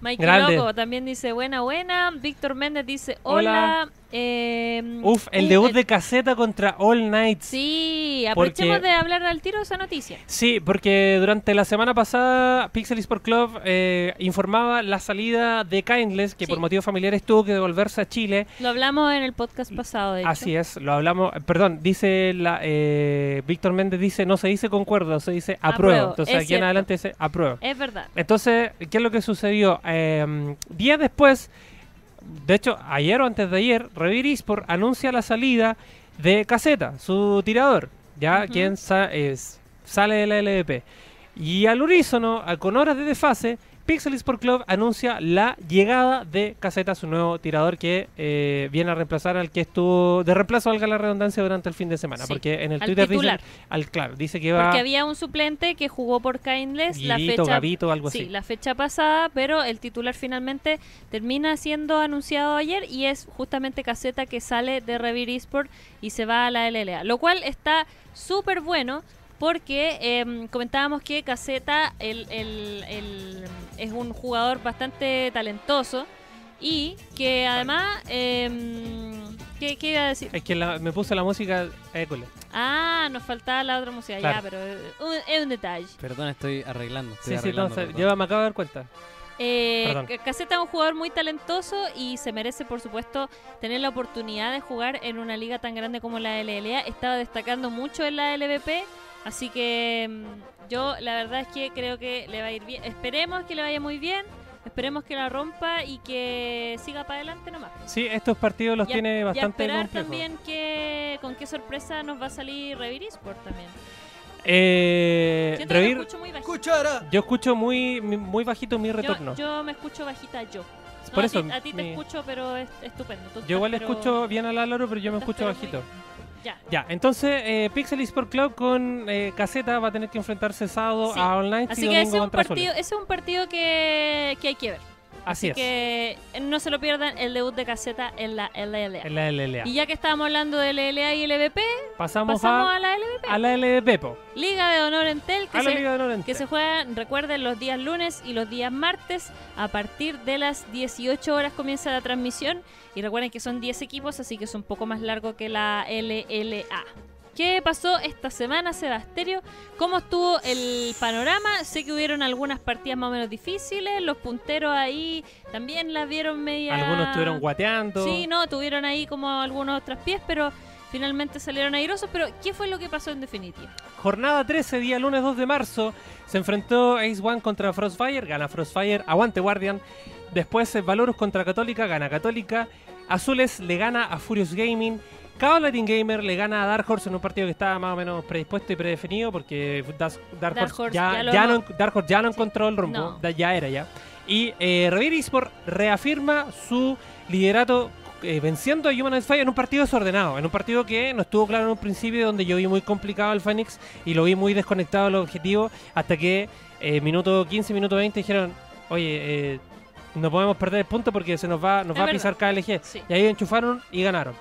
[SPEAKER 2] Mikey
[SPEAKER 1] Grande.
[SPEAKER 2] Loco también dice buena, buena. Víctor Méndez dice hola. Eh,
[SPEAKER 1] Uf, el
[SPEAKER 2] uh,
[SPEAKER 1] debut
[SPEAKER 2] eh,
[SPEAKER 1] de caseta contra All Nights.
[SPEAKER 2] Sí,
[SPEAKER 1] Porque-
[SPEAKER 2] aprovechemos de hablar al tiro esa noticia.
[SPEAKER 1] Sí, porque durante la semana pasada Pixel Sport Club eh, informaba la salida de Kindless, que
[SPEAKER 2] Sí.
[SPEAKER 1] por motivos familiares tuvo que devolverse a Chile.
[SPEAKER 2] Lo hablamos en el podcast pasado, de hecho.
[SPEAKER 1] Así es, lo hablamos. eh, Perdón, dice la, eh, Víctor Méndez, dice no se dice concuerdo, se dice apruebo.
[SPEAKER 2] Apruebo,
[SPEAKER 1] Entonces
[SPEAKER 2] es
[SPEAKER 1] aquí en
[SPEAKER 2] cierto.
[SPEAKER 1] adelante dice apruebo.
[SPEAKER 2] Es verdad.
[SPEAKER 1] Entonces, ¿qué es lo que sucedió? Eh, días después, de hecho, ayer o antes de ayer, Revir Esport anuncia la salida de Caseta, su tirador, ya
[SPEAKER 2] Ujú.
[SPEAKER 1] quien sa- es- sale de la LVP. Y al unísono, a- con horas de desfase, Pixel Esport Club anuncia la llegada de Caseta, su nuevo tirador que eh, viene a reemplazar al que estuvo de reemplazo, valga la redundancia, durante el fin de semana.
[SPEAKER 2] Sí,
[SPEAKER 1] Porque en el
[SPEAKER 2] al
[SPEAKER 1] Twitter dicen,
[SPEAKER 2] titular.
[SPEAKER 1] al, claro, dice que va
[SPEAKER 2] Porque había un suplente que jugó por Kindless la
[SPEAKER 1] Guirito,
[SPEAKER 2] fecha
[SPEAKER 1] Gabito, algo
[SPEAKER 2] sí,
[SPEAKER 1] así.
[SPEAKER 2] la fecha pasada, pero el titular finalmente termina siendo anunciado ayer y es justamente Caseta que sale de Revir Esport y se va a la LLA, lo cual está súper bueno porque eh, comentábamos que Caseta el- el- el- es un jugador bastante talentoso y que además... eh, ¿Qué, qué iba a decir?
[SPEAKER 1] Es que la- me puso la música eh, École.
[SPEAKER 2] Ah, nos faltaba la otra música, ya,
[SPEAKER 1] Claro.
[SPEAKER 2] pero eh, un- es un detalle.
[SPEAKER 3] Perdón, estoy arreglando.
[SPEAKER 1] Sí,
[SPEAKER 3] Estoy
[SPEAKER 1] sí, no,
[SPEAKER 3] arreglando,
[SPEAKER 1] se-
[SPEAKER 3] perdón.
[SPEAKER 1] lleva, me acabo de dar cuenta.
[SPEAKER 2] Eh,
[SPEAKER 1] Perdón.
[SPEAKER 2] C- Caseta es un jugador muy talentoso y se merece, por supuesto, tener la oportunidad de jugar en una liga tan grande como la LLA. Estaba destacando mucho en la LVP, así que mm, yo la verdad es que creo que le va a ir bien. Esperemos que le vaya muy bien, esperemos que la rompa y que siga para adelante nomás.
[SPEAKER 1] Sí, estos partidos los
[SPEAKER 2] Y a-
[SPEAKER 1] tiene
[SPEAKER 2] Y a
[SPEAKER 1] bastante
[SPEAKER 2] esperar
[SPEAKER 1] complejos.
[SPEAKER 2] también que, con qué sorpresa nos va a salir Revir Esport también.
[SPEAKER 1] Eh,
[SPEAKER 2] Siento que me
[SPEAKER 1] Revir,
[SPEAKER 2] escucho muy bajita.
[SPEAKER 3] ¡Cuchara!
[SPEAKER 1] yo escucho muy, mi- muy bajito mi retorno.
[SPEAKER 2] Yo, yo me escucho bajita yo. No,
[SPEAKER 1] Por
[SPEAKER 2] a
[SPEAKER 1] eso,
[SPEAKER 2] ti- a ti te
[SPEAKER 1] mi-
[SPEAKER 2] escucho, pero es estupendo. Tú
[SPEAKER 1] yo igual
[SPEAKER 2] estás, pero-
[SPEAKER 1] escucho bien a la Loro, pero yo me
[SPEAKER 2] estás,
[SPEAKER 1] escucho
[SPEAKER 2] pero muy
[SPEAKER 1] bajito.
[SPEAKER 2] bien. Ya.
[SPEAKER 1] Ya, entonces eh, Pixel Sport Club con eh, Caseta va a tener que enfrentarse sábado
[SPEAKER 2] Sí.
[SPEAKER 1] a Online y
[SPEAKER 2] Así que
[SPEAKER 1] domingo
[SPEAKER 2] ese es un
[SPEAKER 1] contra Azules.
[SPEAKER 2] partido, ese es un partido que, que hay que ver.
[SPEAKER 1] Así, es,
[SPEAKER 2] Que no se lo pierdan el debut de caseta en la LLA.
[SPEAKER 1] en la LLA.
[SPEAKER 2] Y ya que estábamos hablando de LLA y LVP,
[SPEAKER 1] Pasamos,
[SPEAKER 2] pasamos
[SPEAKER 1] a,
[SPEAKER 2] a la LVP.
[SPEAKER 1] a la LDP,
[SPEAKER 2] Liga de Honor Entel, que
[SPEAKER 1] a la
[SPEAKER 2] se,
[SPEAKER 1] Liga de Norente.
[SPEAKER 2] que se juega, recuerden, los días lunes y los días martes. A partir de las 18 horas comienza la transmisión. Y recuerden que son 10 equipos, así que es un poco más largo que la LLA. ¿Qué pasó esta semana, Sebasterio? ¿Cómo estuvo el panorama? Sé que hubieron algunas partidas más o menos difíciles. Los punteros ahí también las vieron media...
[SPEAKER 1] Algunos estuvieron guateando.
[SPEAKER 2] Sí, no, tuvieron ahí como algunos traspiés, pero finalmente salieron airosos. Pero, ¿qué fue lo que pasó en definitiva?
[SPEAKER 1] Jornada 13, día lunes 2 de marzo, se enfrentó Ace One contra Frostfire, gana Frostfire, aguante Guardian. Después eh, Valorus contra Católica, gana Católica. Azules le gana a Furious Gaming. Cabo Latin Gamer le gana a Dark Horse en un partido que estaba más o menos predispuesto y predefinido porque Das- Dark,
[SPEAKER 2] Dark
[SPEAKER 1] Horse,
[SPEAKER 2] Horse
[SPEAKER 1] ya,
[SPEAKER 2] ya lo
[SPEAKER 1] ya
[SPEAKER 2] no-
[SPEAKER 1] no, Dark Horse ya no encontró el rumbo,
[SPEAKER 2] No.
[SPEAKER 1] da- ya era ya. Y eh, Revir Esport reafirma su liderato eh, venciendo a Human Fire en un partido desordenado, en un partido que no estuvo claro en un principio, donde yo vi muy complicado al Phoenix y lo vi muy desconectado al objetivo, hasta que eh, minuto 15, minuto 20 dijeron, oye, eh, no podemos perder el punto porque se nos va, nos
[SPEAKER 2] Es
[SPEAKER 1] va a
[SPEAKER 2] verdad.
[SPEAKER 1] pisar KLG.
[SPEAKER 2] Sí.
[SPEAKER 1] Y ahí enchufaron y ganaron.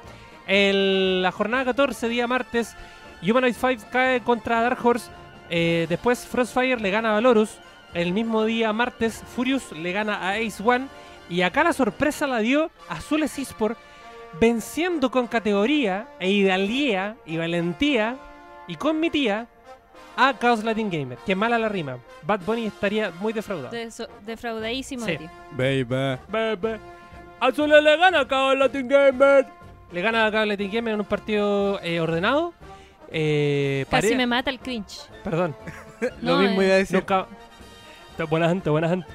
[SPEAKER 1] El- la jornada 14, día martes, Humanoid 5 cae contra Dark Horse. Eh, después Frostfire le gana a Valorus. El mismo día martes, Furious le gana a Ace One. Y acá la sorpresa la dio Azules Esport venciendo con categoría e hidalguía y valentía y con mi tía a Chaos Latin Gamer. Qué mala la rima. Bad Bunny estaría muy defraudado.
[SPEAKER 2] Deso- defraudadísimo
[SPEAKER 1] Sí.
[SPEAKER 2] de ti.
[SPEAKER 3] Baby.
[SPEAKER 1] Bebe. Azul le gana a Chaos Latin Gamer. Le gana a Chaos Latin Gamer en un partido eh, ordenado. Eh,
[SPEAKER 2] Casi
[SPEAKER 1] pare-
[SPEAKER 2] me mata el cringe.
[SPEAKER 1] Perdón.
[SPEAKER 2] No,
[SPEAKER 3] Lo mismo
[SPEAKER 2] eh.
[SPEAKER 3] iba a decir.
[SPEAKER 1] Nunca. Está- Buena gente, buena gente.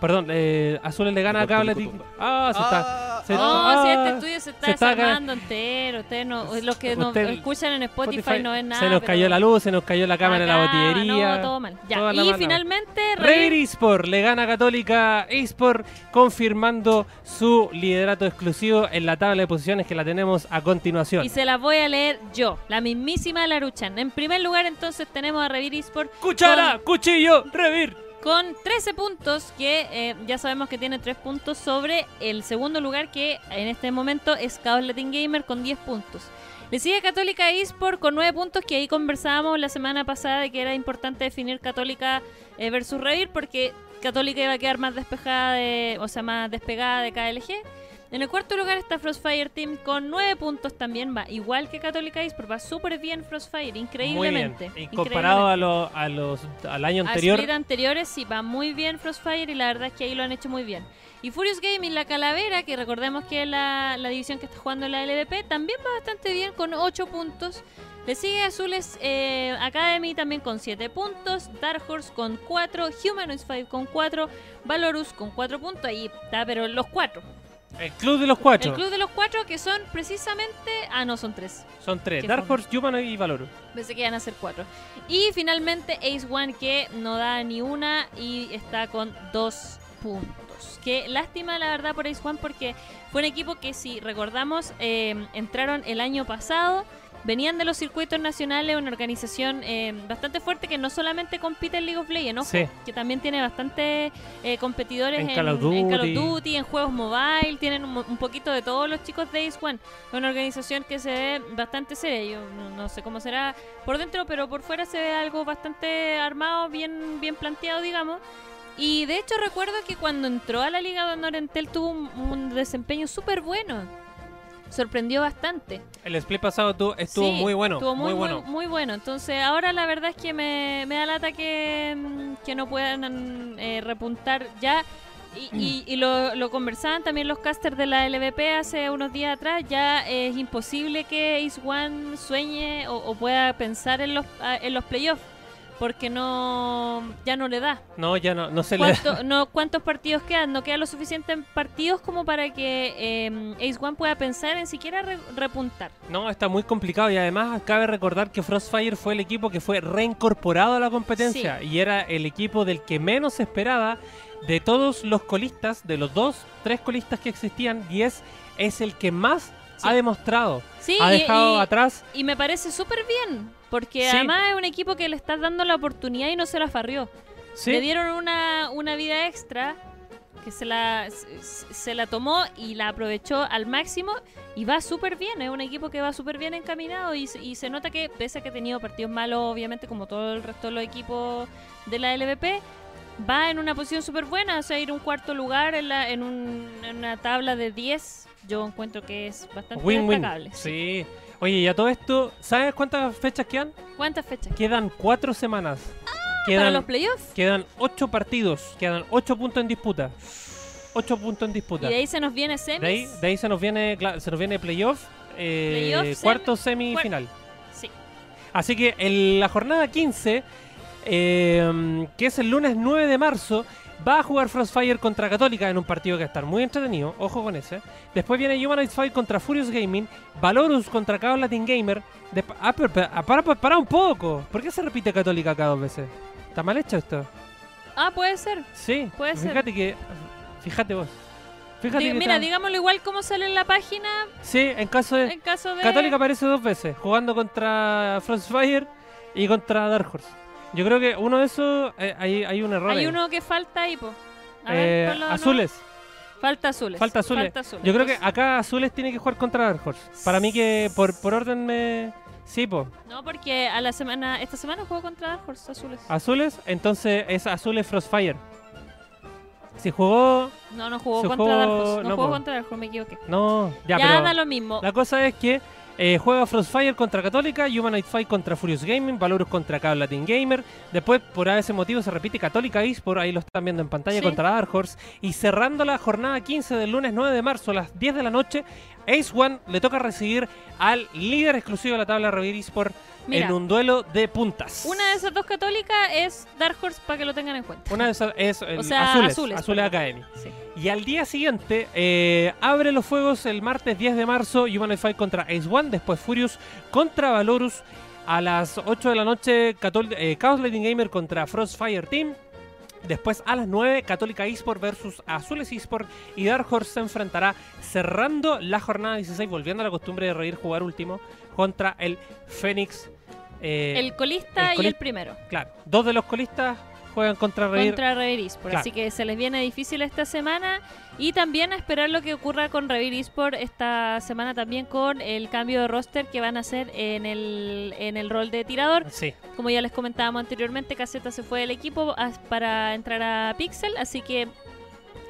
[SPEAKER 1] Perdón, eh, Azul le gana a
[SPEAKER 3] Igual
[SPEAKER 1] Chaos
[SPEAKER 3] que
[SPEAKER 1] Latin
[SPEAKER 3] Nico Tumba.
[SPEAKER 1] Ah, se está.
[SPEAKER 3] Ah,
[SPEAKER 1] se-
[SPEAKER 2] No,
[SPEAKER 1] Ah,
[SPEAKER 2] si este estudio se está
[SPEAKER 1] se está
[SPEAKER 2] desarmando entero, ustedes no, los que nos
[SPEAKER 1] Usted-
[SPEAKER 2] escuchan en Spotify, no ven nada.
[SPEAKER 1] se nos
[SPEAKER 2] pero-
[SPEAKER 1] cayó la luz, se nos cayó la cámara, la
[SPEAKER 2] Acá,
[SPEAKER 1] botillería.
[SPEAKER 2] No, todo mal. Ya,
[SPEAKER 1] Toda la
[SPEAKER 2] y
[SPEAKER 1] mala.
[SPEAKER 2] finalmente,
[SPEAKER 1] River
[SPEAKER 2] River-
[SPEAKER 1] Esport le gana a Católica Esport confirmando su liderato exclusivo en la tabla de posiciones que la tenemos a continuación.
[SPEAKER 2] Y se las voy a leer yo, la mismísima Laruchan. En primer lugar, entonces, tenemos a Revir Esport
[SPEAKER 1] Cuchara, cuchillo, Revir.
[SPEAKER 2] con 13 puntos, que eh, ya sabemos que tiene 3 puntos sobre el segundo lugar, que en este momento es Chaos Latin Gamer con 10 puntos. Le sigue Católica Esport con 9 puntos, que ahí conversábamos la semana pasada de que era importante definir Católica eh, versus Revir, porque Católica iba a quedar más despejada, de, o sea, más despegada de KLG. En el cuarto lugar está Frostfire Team con 9 puntos también, va igual que Católica Esport, va súper bien
[SPEAKER 1] Muy
[SPEAKER 2] Frostfire,
[SPEAKER 1] bien.
[SPEAKER 2] increíblemente.
[SPEAKER 1] Y comparado
[SPEAKER 2] increíblemente.
[SPEAKER 1] a, lo- a los, al año
[SPEAKER 2] A
[SPEAKER 1] anterior,
[SPEAKER 2] split anteriores sí va muy bien Frostfire y la verdad es que ahí lo han hecho muy bien. Y Furious Gaming, la calavera, que recordemos que es la, la división que está jugando la LVP, también va bastante bien con 8 puntos. Le sigue Azules eh, Academy también con 7 puntos, Dark Horse con 4, Humanoids 5 con 4, Valorus con 4 puntos, ahí está, pero los 4.
[SPEAKER 1] el club de los cuatro
[SPEAKER 2] El club de los 4 que son precisamente... Ah, no, son 3.
[SPEAKER 1] son tres:
[SPEAKER 2] Qué
[SPEAKER 1] Dark
[SPEAKER 2] fome.
[SPEAKER 1] Horse, Yumano y Valoro.
[SPEAKER 2] Pensé que iban a ser cuatro. Y finalmente Ace One que no da ni una y está con dos puntos. Qué lástima la verdad por Ace One porque fue un equipo que si recordamos eh, entraron el año pasado. Venían de los circuitos nacionales, una organización eh, bastante fuerte que no solamente compite en League of Legends, ojo,
[SPEAKER 1] Sí.
[SPEAKER 2] que también tiene bastantes eh, competidores
[SPEAKER 1] En
[SPEAKER 2] en,
[SPEAKER 1] Call of
[SPEAKER 2] en Call of
[SPEAKER 1] Duty.
[SPEAKER 2] Duty, en juegos mobile, tienen un, mo- un poquito de todos los chicos de Ace One. Es una organización que se ve bastante seria. Yo no, no sé cómo será por dentro, pero por fuera se ve algo bastante armado, bien, bien planteado, digamos. Y de hecho recuerdo que cuando entró a la Liga de Honor Entel tuvo un, un desempeño súper bueno. Sorprendió bastante.
[SPEAKER 1] El split pasado tu- estuvo
[SPEAKER 2] Sí,
[SPEAKER 1] muy bueno.
[SPEAKER 2] Estuvo muy,
[SPEAKER 1] muy bueno.
[SPEAKER 2] muy, muy bueno. Entonces ahora la verdad es que me, me da lata que, mm, que no puedan eh, repuntar ya. Y,
[SPEAKER 1] Mm.
[SPEAKER 2] y- y lo, lo conversaban también los casters de la LVP hace unos días atrás. Ya es imposible que Ace One sueñe o, o pueda pensar en los, a- en los playoffs. Porque no ya no le da.
[SPEAKER 1] No, ya no, no se le da.
[SPEAKER 2] ¿Cuánto- no, ¿Cuántos partidos quedan? No quedan lo suficiente en partidos como para que eh, Ace One pueda pensar en siquiera re- repuntar.
[SPEAKER 1] No, está muy complicado y además cabe recordar que Frostfire fue el equipo que fue reincorporado a la competencia y era el equipo del que menos se esperaba de todos los colistas, de los dos, tres colistas que existían, 10 es el que más
[SPEAKER 2] Sí.
[SPEAKER 1] ha demostrado.
[SPEAKER 2] Sí,
[SPEAKER 1] ha
[SPEAKER 2] y-
[SPEAKER 1] dejado
[SPEAKER 2] y-
[SPEAKER 1] atrás
[SPEAKER 2] Y me parece súper bien, porque
[SPEAKER 1] Sí.
[SPEAKER 2] además es un equipo que le estás dando la oportunidad y no se la farrió.
[SPEAKER 1] ¿sí?
[SPEAKER 2] Le dieron una, una vida extra que se la, se, se la tomó y la aprovechó al máximo y va súper bien. Es un equipo que va súper bien encaminado y, se- y se nota que, pese a que ha tenido partidos malos, obviamente, como todo el resto de los equipos de la LVP, va en una posición súper buena. O sea, ir a un cuarto lugar en, la, en, un- en una tabla de 10, yo encuentro que es bastante
[SPEAKER 1] Win-win.
[SPEAKER 2] destacable.
[SPEAKER 1] Sí. Oye, y a todo esto, ¿sabes cuántas fechas quedan?
[SPEAKER 2] ¿Cuántas fechas?
[SPEAKER 1] Quedan cuatro semanas.
[SPEAKER 2] Ah, ¿Para
[SPEAKER 1] quedan,
[SPEAKER 2] los playoffs?
[SPEAKER 1] quedan ocho partidos, quedan ocho puntos en disputa. Ocho puntos en
[SPEAKER 2] Y
[SPEAKER 1] disputa.
[SPEAKER 2] de ahí se nos viene semis.
[SPEAKER 1] De ahí, de ahí se nos viene, cla- se nos viene playoff, eh,
[SPEAKER 2] Playoff, semi-
[SPEAKER 1] cuarto semifinal.
[SPEAKER 2] Sí.
[SPEAKER 1] Así que en la jornada 15, eh, que es el lunes 9 de marzo, va a jugar Frostfire contra Católica en un partido que va a estar muy entretenido, ojo con ese. Después viene Humanoid Fight contra Furious Gaming, Valorus contra Chaos Latin Gamer. Desp- ah, pero- pero- ah, para, para- para un poco, ¿por qué se repite Católica acá dos veces? ¿Está mal hecho esto?
[SPEAKER 2] Ah, puede ser.
[SPEAKER 1] Sí,
[SPEAKER 2] Puede ser.
[SPEAKER 1] fíjate que... Fíjate vos. Fíjate
[SPEAKER 2] Di-
[SPEAKER 1] que
[SPEAKER 2] mira,
[SPEAKER 1] tan-
[SPEAKER 2] digámoslo igual como sale en la página
[SPEAKER 1] Sí, en caso de...
[SPEAKER 2] en caso de...
[SPEAKER 1] Eh, Católica aparece dos veces, jugando contra Frostfire y contra Dark Horse. Yo creo que uno de esos eh, hay, hay un error.
[SPEAKER 2] Hay
[SPEAKER 1] ahí.
[SPEAKER 2] uno que falta ahí, po. A
[SPEAKER 1] Eh,
[SPEAKER 2] ver, ponlo de nuevo.
[SPEAKER 1] azules.
[SPEAKER 2] Falta azules.
[SPEAKER 1] Falta azules. Yo creo que acá Azules tiene que jugar contra Dark Horse. Para mí que por, por orden me... Sí, po.
[SPEAKER 2] No, porque a la semana... Esta semana juego contra Dark Horse, azules.
[SPEAKER 1] Azules, entonces es Azules Frostfire. Si jugó...
[SPEAKER 2] No, no jugó
[SPEAKER 1] se
[SPEAKER 2] contra
[SPEAKER 1] jugó-
[SPEAKER 2] Dark Horse. No,
[SPEAKER 1] no,
[SPEAKER 2] jugó
[SPEAKER 1] po.
[SPEAKER 2] contra Dark Horse, me equivoqué.
[SPEAKER 1] No, ya,
[SPEAKER 2] Ya,
[SPEAKER 1] pero...
[SPEAKER 2] da lo mismo.
[SPEAKER 1] La cosa es que Eh, juega Frostfire contra Católica, Humanoid Fight contra Furious Gaming, Valorus contra Cabo Latin Gamer. Después, por ese motivo, se repite Católica Esport, ahí lo están viendo en pantalla,
[SPEAKER 2] Sí.
[SPEAKER 1] contra Dark Horse. Y cerrando la jornada 15 del lunes 9 de marzo a las 10 de la noche, Ace One le toca recibir al líder exclusivo de la tabla Revir Esport
[SPEAKER 2] Mira,
[SPEAKER 1] en un duelo de puntas.
[SPEAKER 2] una de esas dos católicas es Dark Horse para que lo tengan en cuenta.
[SPEAKER 1] Una de esas es el
[SPEAKER 2] o sea,
[SPEAKER 1] Azules,
[SPEAKER 2] azules,
[SPEAKER 1] Azules
[SPEAKER 2] perdón.
[SPEAKER 1] Academy.
[SPEAKER 2] Sí.
[SPEAKER 1] Y al día siguiente, eh, abre los fuegos el martes 10 de marzo, Humanoid Fight contra Ace One, después Furious contra Valorus. A las 8 de la noche, Catol- eh, Chaos Lightning Gamer contra Frostfire Team. Después a las 9, Católica Esport versus Azules Esport y Dark Horse se enfrentará cerrando la jornada 16, volviendo a la costumbre de reír jugar último contra el Fénix. eh,
[SPEAKER 2] el colista
[SPEAKER 1] el
[SPEAKER 2] y el
[SPEAKER 1] colista.
[SPEAKER 2] primero.
[SPEAKER 1] Claro, dos de los colistas juegan contra reír.
[SPEAKER 2] Contra Revir Esport.
[SPEAKER 1] Claro.
[SPEAKER 2] Así que se les viene difícil esta semana. Y también a esperar lo que ocurra con Revir Esport esta semana también con el cambio de roster que van a hacer en el, en el rol de tirador.
[SPEAKER 1] Sí,
[SPEAKER 2] Como ya les comentábamos anteriormente, Caseta se fue del equipo as- para entrar a Pixel. Así que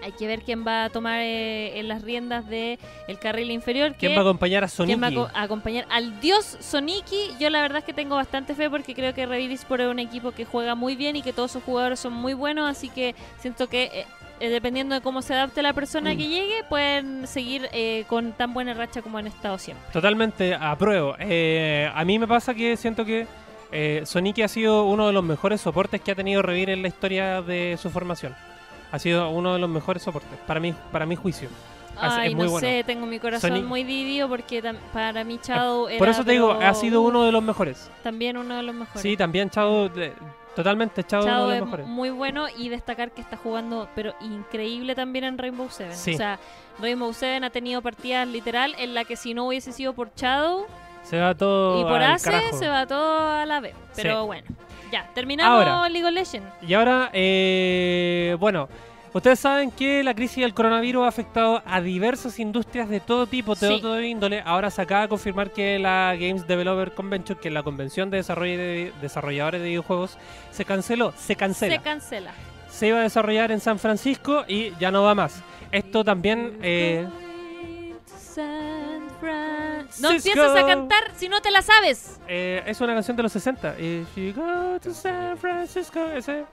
[SPEAKER 2] hay que ver quién va a tomar eh, en las riendas del el carril inferior.
[SPEAKER 1] ¿quién
[SPEAKER 2] que-
[SPEAKER 1] va a acompañar a Sonic?
[SPEAKER 2] ¿Quién va a co- a acompañar al dios Soniki? Yo la verdad es que tengo bastante fe porque creo que Revir Sport es un equipo que juega muy bien y que todos sus jugadores son muy buenos, así que siento que eh, eh, dependiendo de cómo se adapte la persona
[SPEAKER 1] Mm.
[SPEAKER 2] que llegue, pueden seguir eh, con tan buena racha como han estado siempre.
[SPEAKER 1] Totalmente, apruebo. Eh, a mí me pasa que siento que eh, Sonic ha sido uno de los mejores soportes que ha tenido Revir en la historia de su formación. Ha sido uno de los mejores soportes, para mí, para mi juicio. Así-
[SPEAKER 2] Ay,
[SPEAKER 1] es
[SPEAKER 2] no
[SPEAKER 1] muy bueno.
[SPEAKER 2] sé, tengo mi corazón
[SPEAKER 1] Sonic-
[SPEAKER 2] muy dividido porque tam- para mí Chao
[SPEAKER 1] Por eso te digo, ha sido uno de los mejores.
[SPEAKER 2] También uno de los mejores.
[SPEAKER 1] Sí, también Chao, eh, totalmente Chao,
[SPEAKER 2] Chao em,
[SPEAKER 1] uno de
[SPEAKER 2] es
[SPEAKER 1] los mejores.
[SPEAKER 2] muy bueno y destacar que está jugando, pero increíble también en Rainbow Seven.
[SPEAKER 1] Sí.
[SPEAKER 2] O sea, Rainbow Seven ha tenido partidas literal en la que si no hubiese sido por Shadow
[SPEAKER 1] Se va todo
[SPEAKER 2] y por
[SPEAKER 1] Oh, al
[SPEAKER 2] Ace
[SPEAKER 1] carajo.
[SPEAKER 2] se va todo a la B. Pero
[SPEAKER 1] Sí.
[SPEAKER 2] bueno, ya, terminamos
[SPEAKER 1] Ahora.
[SPEAKER 2] League of Legends.
[SPEAKER 1] Y ahora, eh, bueno, ustedes saben que la crisis del coronavirus ha afectado a diversas industrias de todo tipo, de
[SPEAKER 2] Sí.
[SPEAKER 1] todo índole. Ahora se acaba de confirmar que la Games Developer Convention, que es la convención de, desarrollo de desarrolladores de videojuegos, se canceló, se cancela.
[SPEAKER 2] Se cancela.
[SPEAKER 1] Se iba a desarrollar en San Francisco y ya no va más. Esto también...
[SPEAKER 2] Mm,
[SPEAKER 1] eh,
[SPEAKER 2] San Fran- No
[SPEAKER 1] Cisco.
[SPEAKER 2] empiezas a cantar si no te la sabes.
[SPEAKER 1] eh, es una canción de los 60. If you go to San Francisco, ese,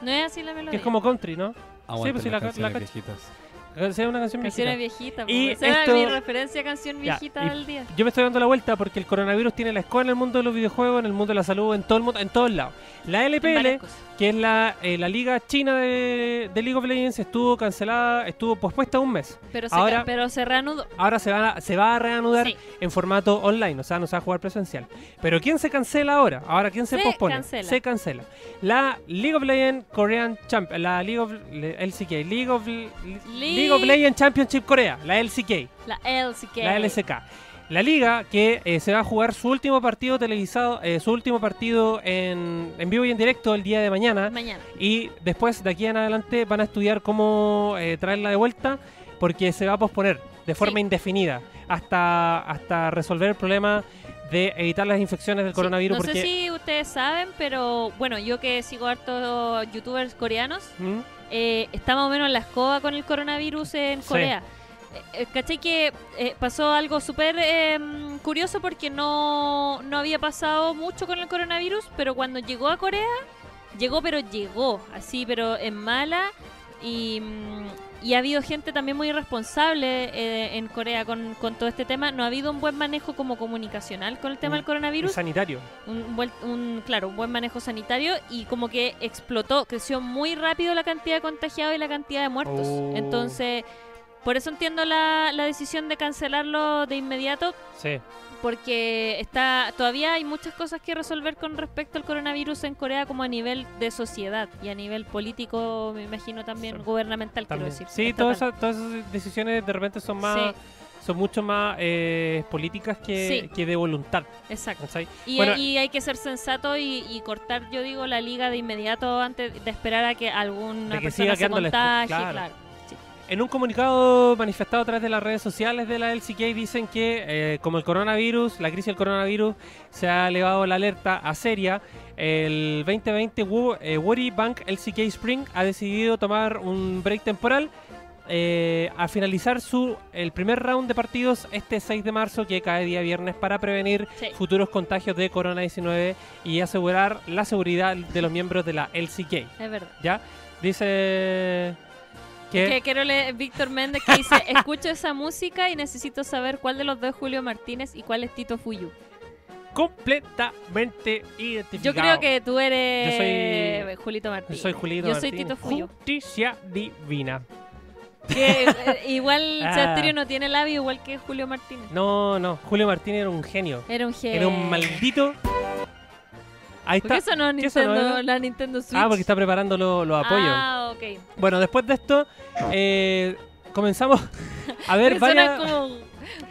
[SPEAKER 2] No es así la
[SPEAKER 1] que
[SPEAKER 2] melodía.
[SPEAKER 1] es como country, ¿no?
[SPEAKER 4] Aguanten
[SPEAKER 1] pues sí,
[SPEAKER 4] las
[SPEAKER 1] la ca- la
[SPEAKER 4] canciones
[SPEAKER 1] cacho.
[SPEAKER 4] viejitas.
[SPEAKER 1] Es una canción
[SPEAKER 2] Canciones
[SPEAKER 1] viejita.
[SPEAKER 2] viejitas.
[SPEAKER 1] Y
[SPEAKER 2] po. Esa era mi
[SPEAKER 1] esto-
[SPEAKER 2] referencia a canción
[SPEAKER 1] Ya,
[SPEAKER 2] viejita
[SPEAKER 1] y-
[SPEAKER 2] del día.
[SPEAKER 1] Yo me estoy dando la vuelta porque el coronavirus tiene la escoba en el mundo de los videojuegos, en el mundo de la salud, en todo el mundo, en todos lados. La
[SPEAKER 2] Varias
[SPEAKER 1] LPL,
[SPEAKER 2] cosas.
[SPEAKER 1] que es la, eh, la liga china de, de League of Legends, estuvo cancelada, estuvo pospuesta un mes.
[SPEAKER 2] Pero se,
[SPEAKER 1] Ahora-
[SPEAKER 2] ca- pero se reanudó.
[SPEAKER 1] Ahora se va, a- se va a reanudar
[SPEAKER 2] Sí,
[SPEAKER 1] en formato online, o sea, no se va a jugar presencial. Pero ¿quién se cancela ahora? Ahora, ¿quién se,
[SPEAKER 2] Se
[SPEAKER 1] pospone?
[SPEAKER 2] cancela.
[SPEAKER 1] Se cancela. La League of Legends Korean Champ, la League of le- LCK, League of, Le- League of Legends Championship Corea, la LCK.
[SPEAKER 2] la LCK.
[SPEAKER 1] La LSK. La liga que eh, se va a jugar su último partido televisado, eh, su último partido en, en vivo y en directo el día de mañana.
[SPEAKER 2] Mañana.
[SPEAKER 1] Y después, de aquí en adelante, van a estudiar cómo eh, traerla de vuelta porque se va a posponer de forma
[SPEAKER 2] Sí.
[SPEAKER 1] indefinida hasta, hasta resolver el problema de evitar las infecciones del
[SPEAKER 2] Sí,
[SPEAKER 1] coronavirus.
[SPEAKER 2] No
[SPEAKER 1] porque,
[SPEAKER 2] sé si ustedes saben, pero bueno, yo que sigo harto youtubers coreanos,
[SPEAKER 1] ¿Mm?
[SPEAKER 2] eh, está más o menos en la escoba con el coronavirus en
[SPEAKER 1] Sí.
[SPEAKER 2] Corea. Eh, eh, caché que eh, pasó algo súper em, curioso porque no, no había pasado mucho con el coronavirus, pero cuando llegó a Corea, llegó, pero llegó, así, pero en mala. Y, mm, y ha habido gente también muy irresponsable eh, en Corea con, con todo este tema. No ha habido un buen manejo como comunicacional con el tema
[SPEAKER 1] Mm,
[SPEAKER 2] del coronavirus
[SPEAKER 1] sanitario.
[SPEAKER 2] un, buen, un- claro, un buen manejo sanitario y como que explotó, creció muy rápido la cantidad de contagiados y la cantidad de muertos.
[SPEAKER 1] Oh.
[SPEAKER 2] Entonces, por eso entiendo la, la decisión de cancelarlo de inmediato,
[SPEAKER 1] Sí.
[SPEAKER 2] porque está todavía hay muchas cosas que resolver con respecto al coronavirus en Corea como a nivel de sociedad y a nivel político, me imagino también
[SPEAKER 1] Sí.
[SPEAKER 2] gubernamental,
[SPEAKER 1] También.
[SPEAKER 2] quiero decir.
[SPEAKER 1] Sí,
[SPEAKER 2] estatal.
[SPEAKER 1] todas esas, todas esas decisiones de repente son más...
[SPEAKER 2] Sí,
[SPEAKER 1] Son mucho más eh, políticas que,
[SPEAKER 2] Sí.
[SPEAKER 1] que de voluntad.
[SPEAKER 2] exacto.
[SPEAKER 1] ¿cachai?
[SPEAKER 2] Y,
[SPEAKER 1] Bueno.
[SPEAKER 2] y hay que ser sensato y, y cortar, yo digo, la liga de inmediato antes de esperar a que alguna
[SPEAKER 1] De que siga
[SPEAKER 2] persona se
[SPEAKER 1] quedando la
[SPEAKER 2] contagie.
[SPEAKER 1] escu-
[SPEAKER 2] Claro.
[SPEAKER 1] claro. En un comunicado manifestado a través de las redes sociales de la LCK dicen que eh, como el coronavirus, la crisis del coronavirus, se ha elevado la alerta a seria, el 2020 Wo- eh, Woody Bank LCK Spring ha decidido tomar un break temporal eh, a finalizar su el primer round de partidos este 6 de marzo que cae día viernes para prevenir
[SPEAKER 2] Sí.
[SPEAKER 1] futuros contagios de corona-19 y asegurar la seguridad de los miembros de la LCK.
[SPEAKER 2] Es verdad.
[SPEAKER 1] ¿Ya? Dice que...
[SPEAKER 2] Que quiero leer Víctor Méndez que dice, escucho esa música y necesito saber cuál de los dos es Julio Martínez y cuál es Tito Fuyu.
[SPEAKER 1] completamente identificado.
[SPEAKER 2] Yo creo que tú eres
[SPEAKER 1] Yo soy-
[SPEAKER 2] Julito
[SPEAKER 1] Yo
[SPEAKER 2] Martínez.
[SPEAKER 1] soy Julito
[SPEAKER 2] Yo soy
[SPEAKER 1] Martín.
[SPEAKER 2] Tito Fuyo.
[SPEAKER 1] Justicia divina.
[SPEAKER 2] Que, eh, igual
[SPEAKER 1] Ah.
[SPEAKER 2] Sebastián no tiene labio igual que Julio Martínez.
[SPEAKER 1] No, no, Julio Martín era un genio.
[SPEAKER 2] Era un genio.
[SPEAKER 1] Era un maldito. Ahí
[SPEAKER 2] ¿Por qué
[SPEAKER 1] está.
[SPEAKER 2] Eh. eso no
[SPEAKER 1] ¿Qué eso no
[SPEAKER 2] Nintendo,
[SPEAKER 1] era?
[SPEAKER 2] la Nintendo Switch?
[SPEAKER 1] Ah, porque está preparando lo- los apoyos.
[SPEAKER 2] Ah, ok.
[SPEAKER 1] Bueno, después de esto, eh, comenzamos a ver
[SPEAKER 2] Porque suena
[SPEAKER 1] varias.
[SPEAKER 2] como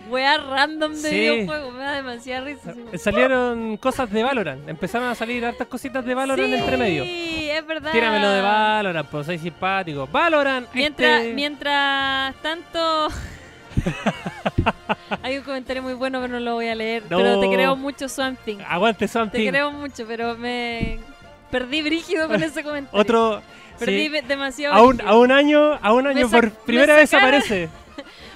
[SPEAKER 2] weá random de
[SPEAKER 1] Sí.
[SPEAKER 2] videojuego. Me da demasiada risa.
[SPEAKER 1] Eh, Salieron cosas de Valorant. Empezaron a salir hartas cositas de Valorant
[SPEAKER 2] sí,
[SPEAKER 1] entre medio.
[SPEAKER 2] Sí, es verdad.
[SPEAKER 1] Tíramelo de Valorant, por soy simpático. Valorant,
[SPEAKER 2] Mientras,
[SPEAKER 1] este-
[SPEAKER 2] mientras tanto. Hay un comentario muy bueno, pero no lo voy a leer.
[SPEAKER 1] No. Ah,
[SPEAKER 2] Pero te creo mucho, Swamp Thing.
[SPEAKER 1] Aguante,
[SPEAKER 2] Te
[SPEAKER 1] something.
[SPEAKER 2] creo mucho, pero me perdí brígido con ese comentario.
[SPEAKER 1] Otro.
[SPEAKER 2] Perdí
[SPEAKER 1] sí.
[SPEAKER 2] ve- demasiado.
[SPEAKER 1] A un,
[SPEAKER 2] brígido.
[SPEAKER 1] a un año, a un año
[SPEAKER 2] sac-
[SPEAKER 1] por
[SPEAKER 2] me
[SPEAKER 1] primera vez
[SPEAKER 2] sacaron-
[SPEAKER 1] aparece.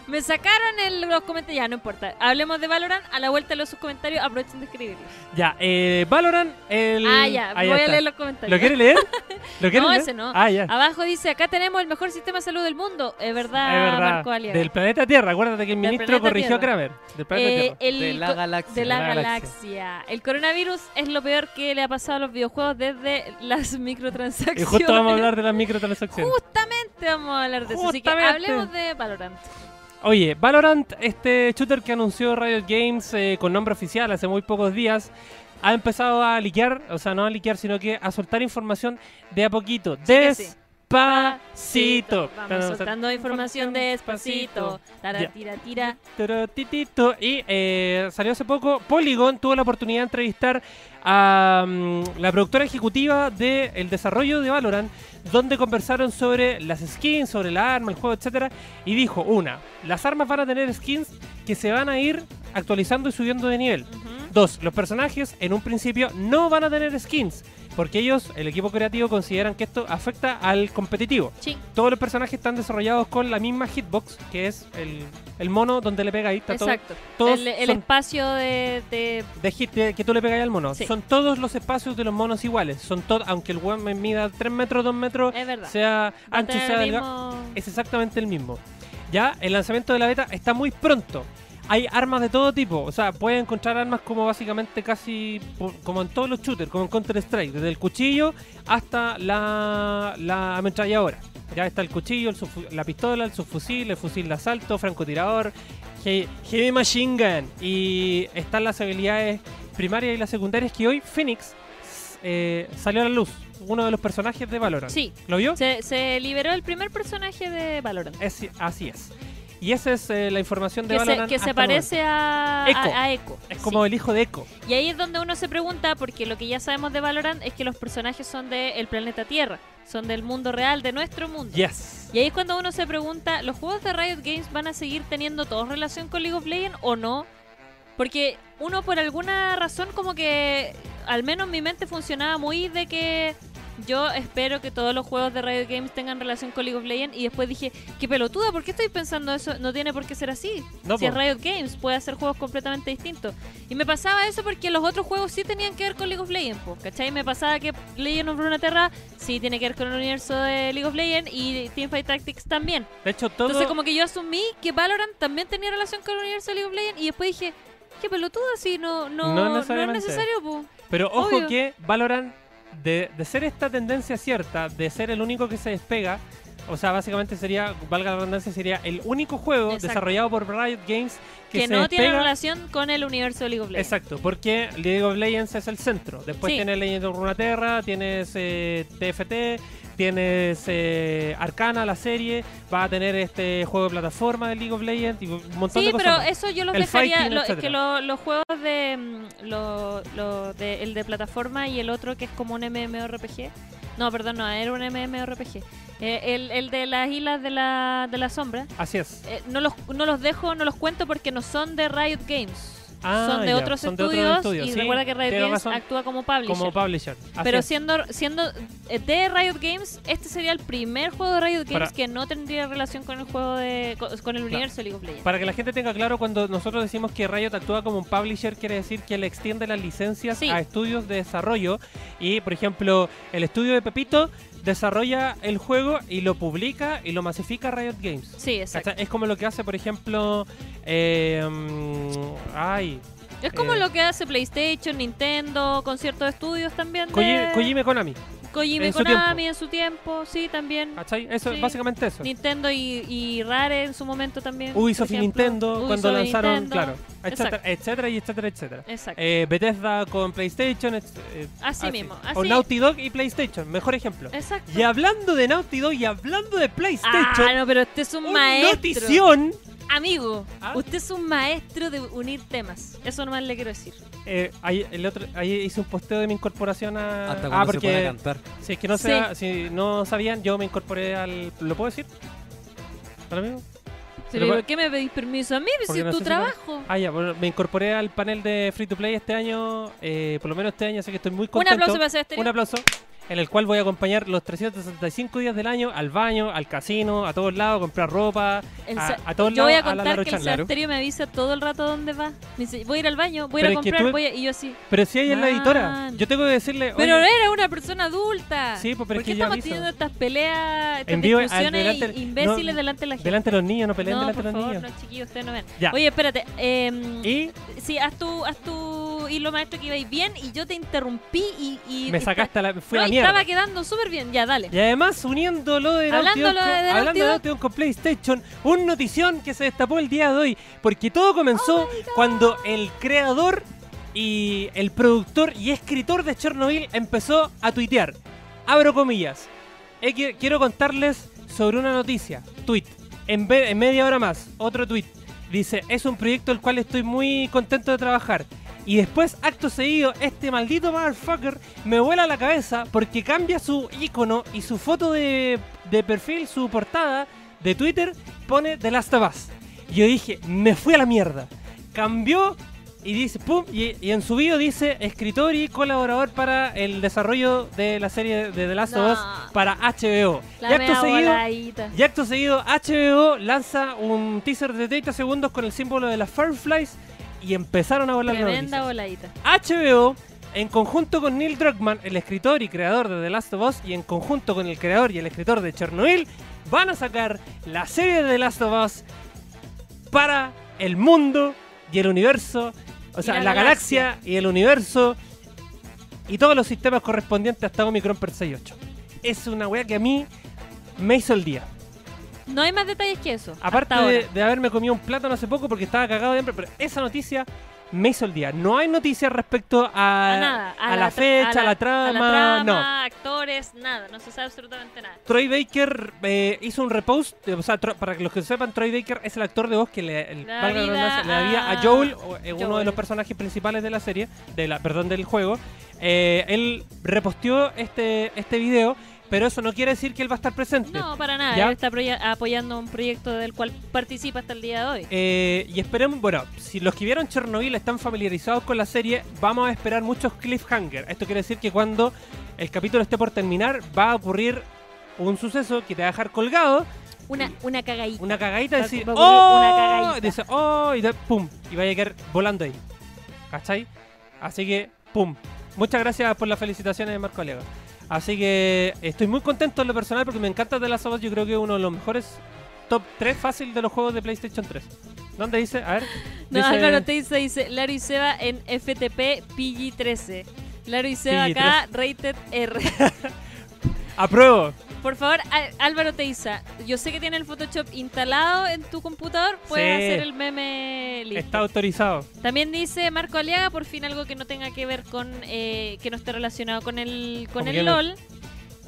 [SPEAKER 2] Me sacaron el- los comentarios. Ya, no importa. Hablemos de Valorant. A la vuelta los sus comentarios. Aprovechen de escribirlos.
[SPEAKER 1] Ya, eh, Valorant, el.
[SPEAKER 2] Ah, ya.
[SPEAKER 1] ahí
[SPEAKER 2] voy a
[SPEAKER 1] está.
[SPEAKER 2] leer los comentarios.
[SPEAKER 1] ¿Lo quiere leer? ¿Lo quiere
[SPEAKER 2] No,
[SPEAKER 1] leer?
[SPEAKER 2] ese no.
[SPEAKER 1] Ah, ya.
[SPEAKER 2] Abajo dice, acá tenemos el mejor sistema de salud del mundo. Es verdad,
[SPEAKER 1] es verdad.
[SPEAKER 2] Ah, Marco Aliaga.
[SPEAKER 1] Del planeta Tierra. Acuérdate que el
[SPEAKER 2] Del
[SPEAKER 1] ministro
[SPEAKER 2] planeta
[SPEAKER 1] corrigió a
[SPEAKER 2] Tierra.
[SPEAKER 1] Kramer. Del planeta
[SPEAKER 2] Eh,
[SPEAKER 1] Tierra.
[SPEAKER 2] el
[SPEAKER 3] de la
[SPEAKER 2] co-
[SPEAKER 3] galaxia.
[SPEAKER 2] de la
[SPEAKER 1] De la
[SPEAKER 2] galaxia. El coronavirus es lo peor que le ha pasado a los videojuegos desde las microtransacciones.
[SPEAKER 1] Y justo vamos a hablar de las microtransacciones.
[SPEAKER 2] Justamente vamos a hablar de eso. Así que
[SPEAKER 1] Justamente.
[SPEAKER 2] hablemos de Valorant.
[SPEAKER 1] Oye, Valorant, este shooter que anunció Riot Games eh, con nombre oficial hace muy pocos días, ha empezado a liquear, o sea, no a liquear, sino que a soltar información de a poquito.
[SPEAKER 2] que sí.
[SPEAKER 1] Despacito.
[SPEAKER 2] Vamos soltando información despacito. Tara,
[SPEAKER 1] Ya.
[SPEAKER 2] tira, tira.
[SPEAKER 1] Tarotitito. Y eh, salió hace poco. Polygon tuvo la oportunidad de entrevistar a mm, la productora ejecutiva del desarrollo de Valorant, donde conversaron sobre las skins, sobre la arma, el juego, etcétera. Y dijo: una, las armas van a tener skins que se van a ir actualizando y subiendo de nivel.
[SPEAKER 2] Ujú.
[SPEAKER 1] Dos, los personajes en un principio no van a tener skins, porque ellos, el equipo creativo, consideran que esto afecta al competitivo
[SPEAKER 2] Sí,
[SPEAKER 1] todos los personajes están desarrollados con la misma hitbox, que es el, el mono donde le pegáis. está todo-
[SPEAKER 2] exacto.
[SPEAKER 1] todos
[SPEAKER 2] el el
[SPEAKER 1] son
[SPEAKER 2] espacio de, de-
[SPEAKER 1] de hit de- que tú le pegáis al mono.
[SPEAKER 2] Sí.
[SPEAKER 1] Son todos los espacios de los monos iguales. son to- Aunque el weón me mida 3 metros, 2 metros,
[SPEAKER 2] Es verdad.
[SPEAKER 1] sea
[SPEAKER 2] Va a
[SPEAKER 1] ancho,
[SPEAKER 2] tener
[SPEAKER 1] sea
[SPEAKER 2] el
[SPEAKER 1] delgado,
[SPEAKER 2] mismo-
[SPEAKER 1] es exactamente el mismo. Ya, el lanzamiento de la beta está muy pronto. Hay armas de todo tipo, o sea, puedes encontrar armas como básicamente casi po- como en todos los shooters, como en Counter-Strike, desde el cuchillo hasta la, la ametralladora. Ya está el cuchillo, el subfu- la pistola, el subfusil, el fusil de asalto, francotirador, he- heavy machine gun. Y están las habilidades primarias y las secundarias que hoy Phoenix eh, salió a la luz, uno de los personajes de Valorant.
[SPEAKER 2] Sí.
[SPEAKER 1] ¿Lo vio?
[SPEAKER 2] Se, se liberó el primer personaje de Valorant.
[SPEAKER 1] Es- así es. Y esa es eh, la información de
[SPEAKER 2] Que se,
[SPEAKER 1] Valorant.
[SPEAKER 2] que se
[SPEAKER 1] hasta el
[SPEAKER 2] parece a a- a
[SPEAKER 1] Echo.
[SPEAKER 2] Echo.
[SPEAKER 1] momento. Es como
[SPEAKER 2] sí.
[SPEAKER 1] el hijo de Echo.
[SPEAKER 2] Y ahí es donde uno se pregunta, porque lo que ya sabemos de Valorant es que los personajes son del planeta Tierra, son del mundo real, de nuestro mundo.
[SPEAKER 1] Yes.
[SPEAKER 2] Y ahí es cuando uno se pregunta, ¿los juegos de Riot Games van a seguir teniendo todos relación con League of Legends o no? Porque uno por alguna razón como que, al menos mi mente funcionaba muy de que yo espero que todos los juegos de Riot Games tengan relación con League of Legends y después dije, qué pelotuda, ¿por qué estoy pensando eso? No tiene por qué ser así.
[SPEAKER 1] No,
[SPEAKER 2] si es
[SPEAKER 1] po.
[SPEAKER 2] Riot Games puede hacer juegos completamente distintos. Y me pasaba eso porque los otros juegos sí tenían que ver con League of Legends, po, ¿cachai? Me pasaba que Legend of Runeterra sí tiene que ver con el universo de League of Legends y Teamfight Tactics también.
[SPEAKER 1] De hecho, todo.
[SPEAKER 2] Entonces como que yo asumí que Valorant también tenía relación con el universo de League of Legends y después dije, qué pelotuda, si no,
[SPEAKER 1] No
[SPEAKER 2] no, no es
[SPEAKER 1] necesariamente.
[SPEAKER 2] necesario, po.
[SPEAKER 1] Pero ojo
[SPEAKER 2] obvio.
[SPEAKER 1] que Valorant, de, de ser esta tendencia cierta, de ser el único que se despega, o sea, básicamente sería, valga la redundancia, sería el único juego
[SPEAKER 2] Exacto.
[SPEAKER 1] desarrollado por Riot Games que,
[SPEAKER 2] Que,
[SPEAKER 1] se
[SPEAKER 2] no tiene
[SPEAKER 1] despega-
[SPEAKER 2] relación con el universo de League of Legends.
[SPEAKER 1] Exacto, porque League of Legends es el centro. Después
[SPEAKER 2] Sí.
[SPEAKER 1] tienes Legend of Runeterra, tienes eh, TFT, tienes eh, Arcana, la serie, va a tener este juego de plataforma de League of Legends y un montón
[SPEAKER 2] Sí,
[SPEAKER 1] de cosas.
[SPEAKER 2] pero
[SPEAKER 1] más.
[SPEAKER 2] eso yo los
[SPEAKER 1] El
[SPEAKER 2] dejaría.
[SPEAKER 1] fighting,
[SPEAKER 2] lo- es
[SPEAKER 1] etcétera.
[SPEAKER 2] que lo- los juegos de, mm, lo- lo de- El de plataforma y el otro que es como un MMORPG. No, perdón, no, era un MMORPG. Eh, el, el de las islas de la, de la sombra.
[SPEAKER 1] Así es.
[SPEAKER 2] eh, no, los, no los dejo, no los cuento porque no son de Riot Games.
[SPEAKER 1] Ah,
[SPEAKER 2] son de
[SPEAKER 1] ya,
[SPEAKER 2] otros
[SPEAKER 1] son de
[SPEAKER 2] estudios
[SPEAKER 1] otros estudios,
[SPEAKER 2] y
[SPEAKER 1] sí,
[SPEAKER 2] recuerda que Riot
[SPEAKER 1] tienes
[SPEAKER 2] Games
[SPEAKER 1] razón.
[SPEAKER 2] actúa como publisher.
[SPEAKER 1] como publisher. Así
[SPEAKER 2] pero
[SPEAKER 1] es.
[SPEAKER 2] siendo siendo eh, de Riot Games, este sería el primer juego de Riot Games
[SPEAKER 1] Para-
[SPEAKER 2] que no tendría relación con el juego de con, con el universo de League of Legends.
[SPEAKER 1] Para que la gente tenga claro, cuando nosotros decimos que Riot actúa como un publisher, quiere decir que le extiende las licencias
[SPEAKER 2] Sí.
[SPEAKER 1] a estudios de desarrollo. Y, por ejemplo, el estudio de Pepito desarrolla el juego y lo publica y lo masifica Riot Games.
[SPEAKER 2] Sí, exacto.
[SPEAKER 1] ¿Cachai? Es como lo que hace, por ejemplo, eh, mm, ay,
[SPEAKER 2] Es como
[SPEAKER 1] eh,
[SPEAKER 2] lo que hace PlayStation, Nintendo, con ciertos estudios también. de-
[SPEAKER 1] Koji- Kojime Konami.
[SPEAKER 2] Kojime
[SPEAKER 1] en su Ah,
[SPEAKER 2] Konami en su tiempo, sí, también.
[SPEAKER 1] ¿cachai? Eso,
[SPEAKER 2] Sí.
[SPEAKER 1] básicamente eso.
[SPEAKER 2] Nintendo y, y Rare en su momento también. por
[SPEAKER 1] Ubisoft y
[SPEAKER 2] ejemplo.
[SPEAKER 1] Nintendo,
[SPEAKER 2] Ubisoft
[SPEAKER 1] cuando
[SPEAKER 2] y
[SPEAKER 1] lanzaron,
[SPEAKER 2] Nintendo.
[SPEAKER 1] claro, etcétera, etcétera, y etcétera, etcétera.
[SPEAKER 2] Exacto.
[SPEAKER 1] Eh, Bethesda con PlayStation. et- eh,
[SPEAKER 2] Así mismo,
[SPEAKER 1] O
[SPEAKER 2] así-
[SPEAKER 1] Naughty Dog y PlayStation, mejor ejemplo.
[SPEAKER 2] Exacto.
[SPEAKER 1] Y hablando de Naughty Dog y hablando de PlayStation,
[SPEAKER 2] Ah, no, pero usted es un,
[SPEAKER 1] un
[SPEAKER 2] maestro.
[SPEAKER 1] notición.
[SPEAKER 2] Amigo,
[SPEAKER 1] Ah.
[SPEAKER 2] usted es un maestro de unir temas. Eso nomás le quiero decir.
[SPEAKER 1] Eh, ahí, el otro, ahí hice un posteo de mi incorporación a.
[SPEAKER 3] Hasta
[SPEAKER 1] ah,
[SPEAKER 3] cuando se puede
[SPEAKER 1] porque
[SPEAKER 3] cantar.
[SPEAKER 1] si es que no,
[SPEAKER 2] Sí.
[SPEAKER 1] sea- si no sabían, yo me incorporé al. ¿Lo puedo decir? ¿Al amigo?
[SPEAKER 2] Pero
[SPEAKER 1] Pero pa-
[SPEAKER 2] ¿por qué me pedís permiso a mí si
[SPEAKER 1] Porque
[SPEAKER 2] es
[SPEAKER 1] no
[SPEAKER 2] tu
[SPEAKER 1] sé si
[SPEAKER 2] trabajo?
[SPEAKER 1] Ah, ya, bueno, me incorporé al panel de Free to Play este año, eh, por lo menos este año, así que estoy muy
[SPEAKER 2] Un
[SPEAKER 1] contento.
[SPEAKER 2] aplauso para Sebastián.
[SPEAKER 1] Un aplauso en el cual voy a acompañar los 365 días del año al baño, al casino, a todos lados, a comprar ropa,
[SPEAKER 2] El
[SPEAKER 1] a,
[SPEAKER 2] Sa-
[SPEAKER 1] a todos
[SPEAKER 2] yo voy a
[SPEAKER 1] lados, a la
[SPEAKER 2] contar que el
[SPEAKER 1] Laruchan.
[SPEAKER 2] Sarterio me avisa todo el rato dónde va. Me dice, voy a ir al baño, voy a ir a
[SPEAKER 1] Pero es que
[SPEAKER 2] comprar,
[SPEAKER 1] tú-
[SPEAKER 2] voy a... y yo así.
[SPEAKER 1] Pero si ella es la editora,
[SPEAKER 2] Man.
[SPEAKER 1] yo tengo que decirle.
[SPEAKER 2] Pero
[SPEAKER 1] oye,
[SPEAKER 2] era una persona adulta.
[SPEAKER 1] Sí, pues, pero
[SPEAKER 2] ¿Por
[SPEAKER 1] es
[SPEAKER 2] qué
[SPEAKER 1] que yo
[SPEAKER 2] estamos
[SPEAKER 1] aviso.
[SPEAKER 2] teniendo estas peleas, estas
[SPEAKER 1] En vivo, al-
[SPEAKER 2] discusiones
[SPEAKER 1] delante-
[SPEAKER 2] imbéciles
[SPEAKER 1] no,
[SPEAKER 2] delante de la gente?
[SPEAKER 1] delante de los niños, no peleen
[SPEAKER 2] no,
[SPEAKER 1] delante de
[SPEAKER 2] por
[SPEAKER 1] los
[SPEAKER 2] favor,
[SPEAKER 1] niños.
[SPEAKER 2] no, chiquillos, ustedes no ven.
[SPEAKER 1] Ya.
[SPEAKER 2] Oye, espérate. em,
[SPEAKER 1] Y
[SPEAKER 2] Sí, haz tu, haz tu hilo maestro que ibais bien y yo te interrumpí y... y
[SPEAKER 1] me
[SPEAKER 2] está-
[SPEAKER 1] sacaste a la. Fui
[SPEAKER 2] No,
[SPEAKER 1] a la
[SPEAKER 2] y
[SPEAKER 1] mierda.
[SPEAKER 2] estaba quedando súper bien. Ya, dale.
[SPEAKER 1] Y además, uniéndolo de Naughty
[SPEAKER 2] Hablándolo
[SPEAKER 1] Dog con-
[SPEAKER 2] de Naughty
[SPEAKER 1] hablando de
[SPEAKER 2] Dog.
[SPEAKER 1] Naughty Dog con PlayStation, un notición que se destapó el día de hoy, porque todo
[SPEAKER 2] Oh
[SPEAKER 1] comenzó cuando el creador y el productor y escritor de Chernobyl empezó a tuitear. Abro comillas. "Eh, qui- quiero contarles sobre una noticia. Tweet. En, ve- en media hora más, otro tweet. Dice, es un proyecto el cual estoy muy contento de trabajar. Y después, acto seguido, este maldito motherfucker me vuela la cabeza porque cambia su icono y su foto de, de perfil, su portada de Twitter, pone The Last of Us. Y yo dije, me fui a la mierda. Cambió y dice, pum, y, y en su bio dice, escritor y colaborador para el desarrollo de la serie de The Last of Us
[SPEAKER 2] No.
[SPEAKER 1] para HBO.
[SPEAKER 2] La
[SPEAKER 1] y acto
[SPEAKER 2] mea
[SPEAKER 1] seguido,
[SPEAKER 2] voladita.
[SPEAKER 1] y acto seguido, HBO lanza un teaser de 30 segundos con el símbolo de las Fireflies y empezaron a volar las
[SPEAKER 2] Tremenda
[SPEAKER 1] noticias.
[SPEAKER 2] voladita.
[SPEAKER 1] HBO, en conjunto con Neil Druckmann, el escritor y creador de The Last of Us, y en conjunto con el creador y el escritor de Chernobyl, van a sacar la serie de The Last of Us para el mundo y el universo, o
[SPEAKER 2] Y
[SPEAKER 1] sea,
[SPEAKER 2] la
[SPEAKER 1] la, galaxia. y el universo y todos los sistemas correspondientes hasta Omicron per 68. Es una weá que a mí me hizo el día.
[SPEAKER 2] No hay más detalles que eso.
[SPEAKER 1] Aparte
[SPEAKER 2] hasta
[SPEAKER 1] de,
[SPEAKER 2] ahora.
[SPEAKER 1] de haberme comido un plátano hace poco porque estaba cagado de hambre, pero esa noticia me hizo el día. No hay noticias respecto a,
[SPEAKER 2] A nada.
[SPEAKER 1] a la
[SPEAKER 2] tra-
[SPEAKER 1] fecha, a la, trama,
[SPEAKER 2] a la
[SPEAKER 1] no.
[SPEAKER 2] trama, actores, nada. No se sabe absolutamente nada.
[SPEAKER 1] Troy Baker eh, hizo un repost, eh, o sea, Tro- para que los que sepan, Troy Baker es el actor de voz que le, el-
[SPEAKER 2] La
[SPEAKER 1] valga la
[SPEAKER 2] vida
[SPEAKER 1] redundancia, le daría
[SPEAKER 2] a
[SPEAKER 1] a Joel, o- eh, uno de
[SPEAKER 2] Joel.
[SPEAKER 1] los personajes principales de la serie, de la, perdón, del juego. Eh, él reposteó este, este video, pero eso no quiere decir que él va a estar presente.
[SPEAKER 2] No, para nada.
[SPEAKER 1] ¿Ya?
[SPEAKER 2] Él está proye- apoyando un proyecto del cual participa hasta el día de hoy.
[SPEAKER 1] Eh, y esperemos, bueno, si los que vieron Chernobyl están familiarizados con la serie, vamos a esperar muchos cliffhanger. Esto quiere decir que cuando el capítulo esté por terminar, va a ocurrir un suceso que te va a dejar colgado,
[SPEAKER 2] Una, una cagadita.
[SPEAKER 1] una cagadita, y
[SPEAKER 2] Va-
[SPEAKER 1] decir,
[SPEAKER 2] va a ocurrir
[SPEAKER 1] ¡Oh!
[SPEAKER 2] una cagadita.
[SPEAKER 1] Y dice, ¡Oh! Y de- ¡pum! Y va a llegar volando ahí. ¿Cachai? Así que, ¡pum! Muchas gracias por las felicitaciones de Marco Aliaga. Así que estoy muy contento en lo personal porque me encanta The Last of Us. Yo creo que es uno de los mejores top 3 fácil de los juegos de PlayStation 3. ¿Dónde dice? A ver.
[SPEAKER 2] No,
[SPEAKER 1] dice-
[SPEAKER 2] Álvaro te dice, dice Laro y Seba en FTP PG13. Laro y Seba acá, rated R.
[SPEAKER 1] Apruebo.
[SPEAKER 2] Por favor, Á- Álvaro Teiza, yo sé que tiene el Photoshop instalado en tu computador, puedes
[SPEAKER 1] Sí.
[SPEAKER 2] hacer el meme listo.
[SPEAKER 1] Está autorizado.
[SPEAKER 2] También dice Marco Aliaga, por fin algo que no tenga que ver con, eh, que no esté relacionado con el, con
[SPEAKER 1] Con
[SPEAKER 2] el
[SPEAKER 1] Miguel.
[SPEAKER 2] LOL.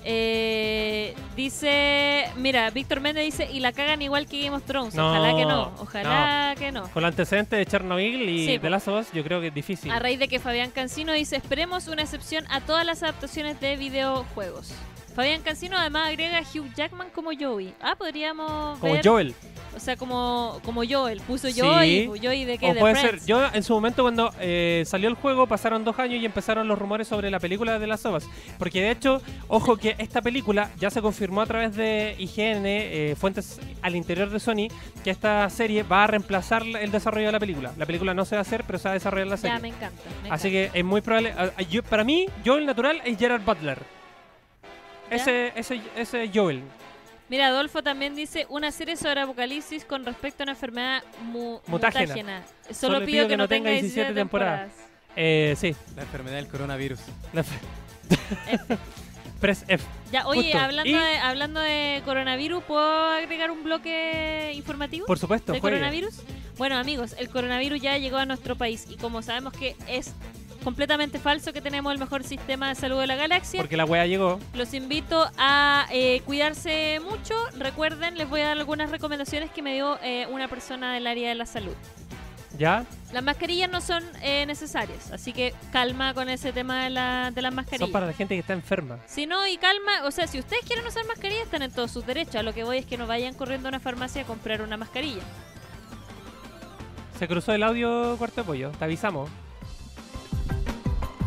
[SPEAKER 2] Eh, dice, mira, Víctor Méndez dice, y la cagan igual que Game of Thrones.
[SPEAKER 1] No,
[SPEAKER 2] ojalá que no, ojalá que no.
[SPEAKER 1] Con los antecedentes de Chernobyl y
[SPEAKER 2] Sí, po.
[SPEAKER 1] The Last of Us, yo creo que es difícil.
[SPEAKER 2] A raíz de que Fabián Cancino dice, esperemos una excepción a todas las adaptaciones de videojuegos. Fabián Cancino además agrega a Hugh Jackman como Joey. Ah, podríamos
[SPEAKER 1] Como
[SPEAKER 2] ver
[SPEAKER 1] Joel.
[SPEAKER 2] O sea, como, como Joel, puso
[SPEAKER 1] Sí.
[SPEAKER 2] Joey, pues, Joey de qué,
[SPEAKER 1] O
[SPEAKER 2] de
[SPEAKER 1] puede
[SPEAKER 2] Friends.
[SPEAKER 1] ser, yo en su momento cuando eh, salió el juego pasaron dos años y empezaron los rumores sobre la película de las ovas. Porque de hecho, ojo que esta película ya se confirmó a través de IGN, eh, fuentes al interior de Sony, que esta serie va a reemplazar el desarrollo de la película. La película no se va a hacer, pero se va a desarrollar la serie.
[SPEAKER 2] Ya, me encanta. me
[SPEAKER 1] Así
[SPEAKER 2] encanta.
[SPEAKER 1] que es muy probable. a- a- yo- para mí, Joel natural es Gerard Butler.
[SPEAKER 2] ¿Ya?
[SPEAKER 1] Ese, ese, ese Joel.
[SPEAKER 2] Mira, Adolfo también dice una serie sobre apocalipsis con respecto a una enfermedad mu-
[SPEAKER 1] Mutágena.
[SPEAKER 2] mutágena. Solo, pido, que, no tenga
[SPEAKER 1] 17
[SPEAKER 2] 17 temporadas.
[SPEAKER 1] Eh, sí.
[SPEAKER 3] La enfermedad del coronavirus.
[SPEAKER 1] La F. Press F.
[SPEAKER 2] Ya, oye,
[SPEAKER 1] Justo.
[SPEAKER 2] hablando
[SPEAKER 1] Y-
[SPEAKER 2] de, hablando de coronavirus, ¿puedo agregar un bloque informativo?
[SPEAKER 1] Por supuesto,
[SPEAKER 2] ¿De
[SPEAKER 1] juegue.
[SPEAKER 2] coronavirus? Bueno, amigos, el coronavirus ya llegó a nuestro país y como sabemos que es completamente falso que tenemos el mejor sistema de salud de la galaxia,
[SPEAKER 1] Porque la wea llegó.
[SPEAKER 2] los invito a eh, cuidarse mucho. Recuerden, les voy a dar algunas recomendaciones que me dio eh, una persona del área de la salud.
[SPEAKER 1] ¿Ya?
[SPEAKER 2] Las mascarillas no son eh, necesarias, así que calma con ese tema de, la- de las
[SPEAKER 1] Son para
[SPEAKER 2] mascarillas.
[SPEAKER 1] la gente que está enferma.
[SPEAKER 2] Si no, y calma, o sea, si ustedes quieren usar mascarillas, están en todos sus derechos. A lo que voy es que no vayan corriendo a una farmacia a comprar una mascarilla.
[SPEAKER 1] Se cruzó el audio cuarto de pollo. Te avisamos.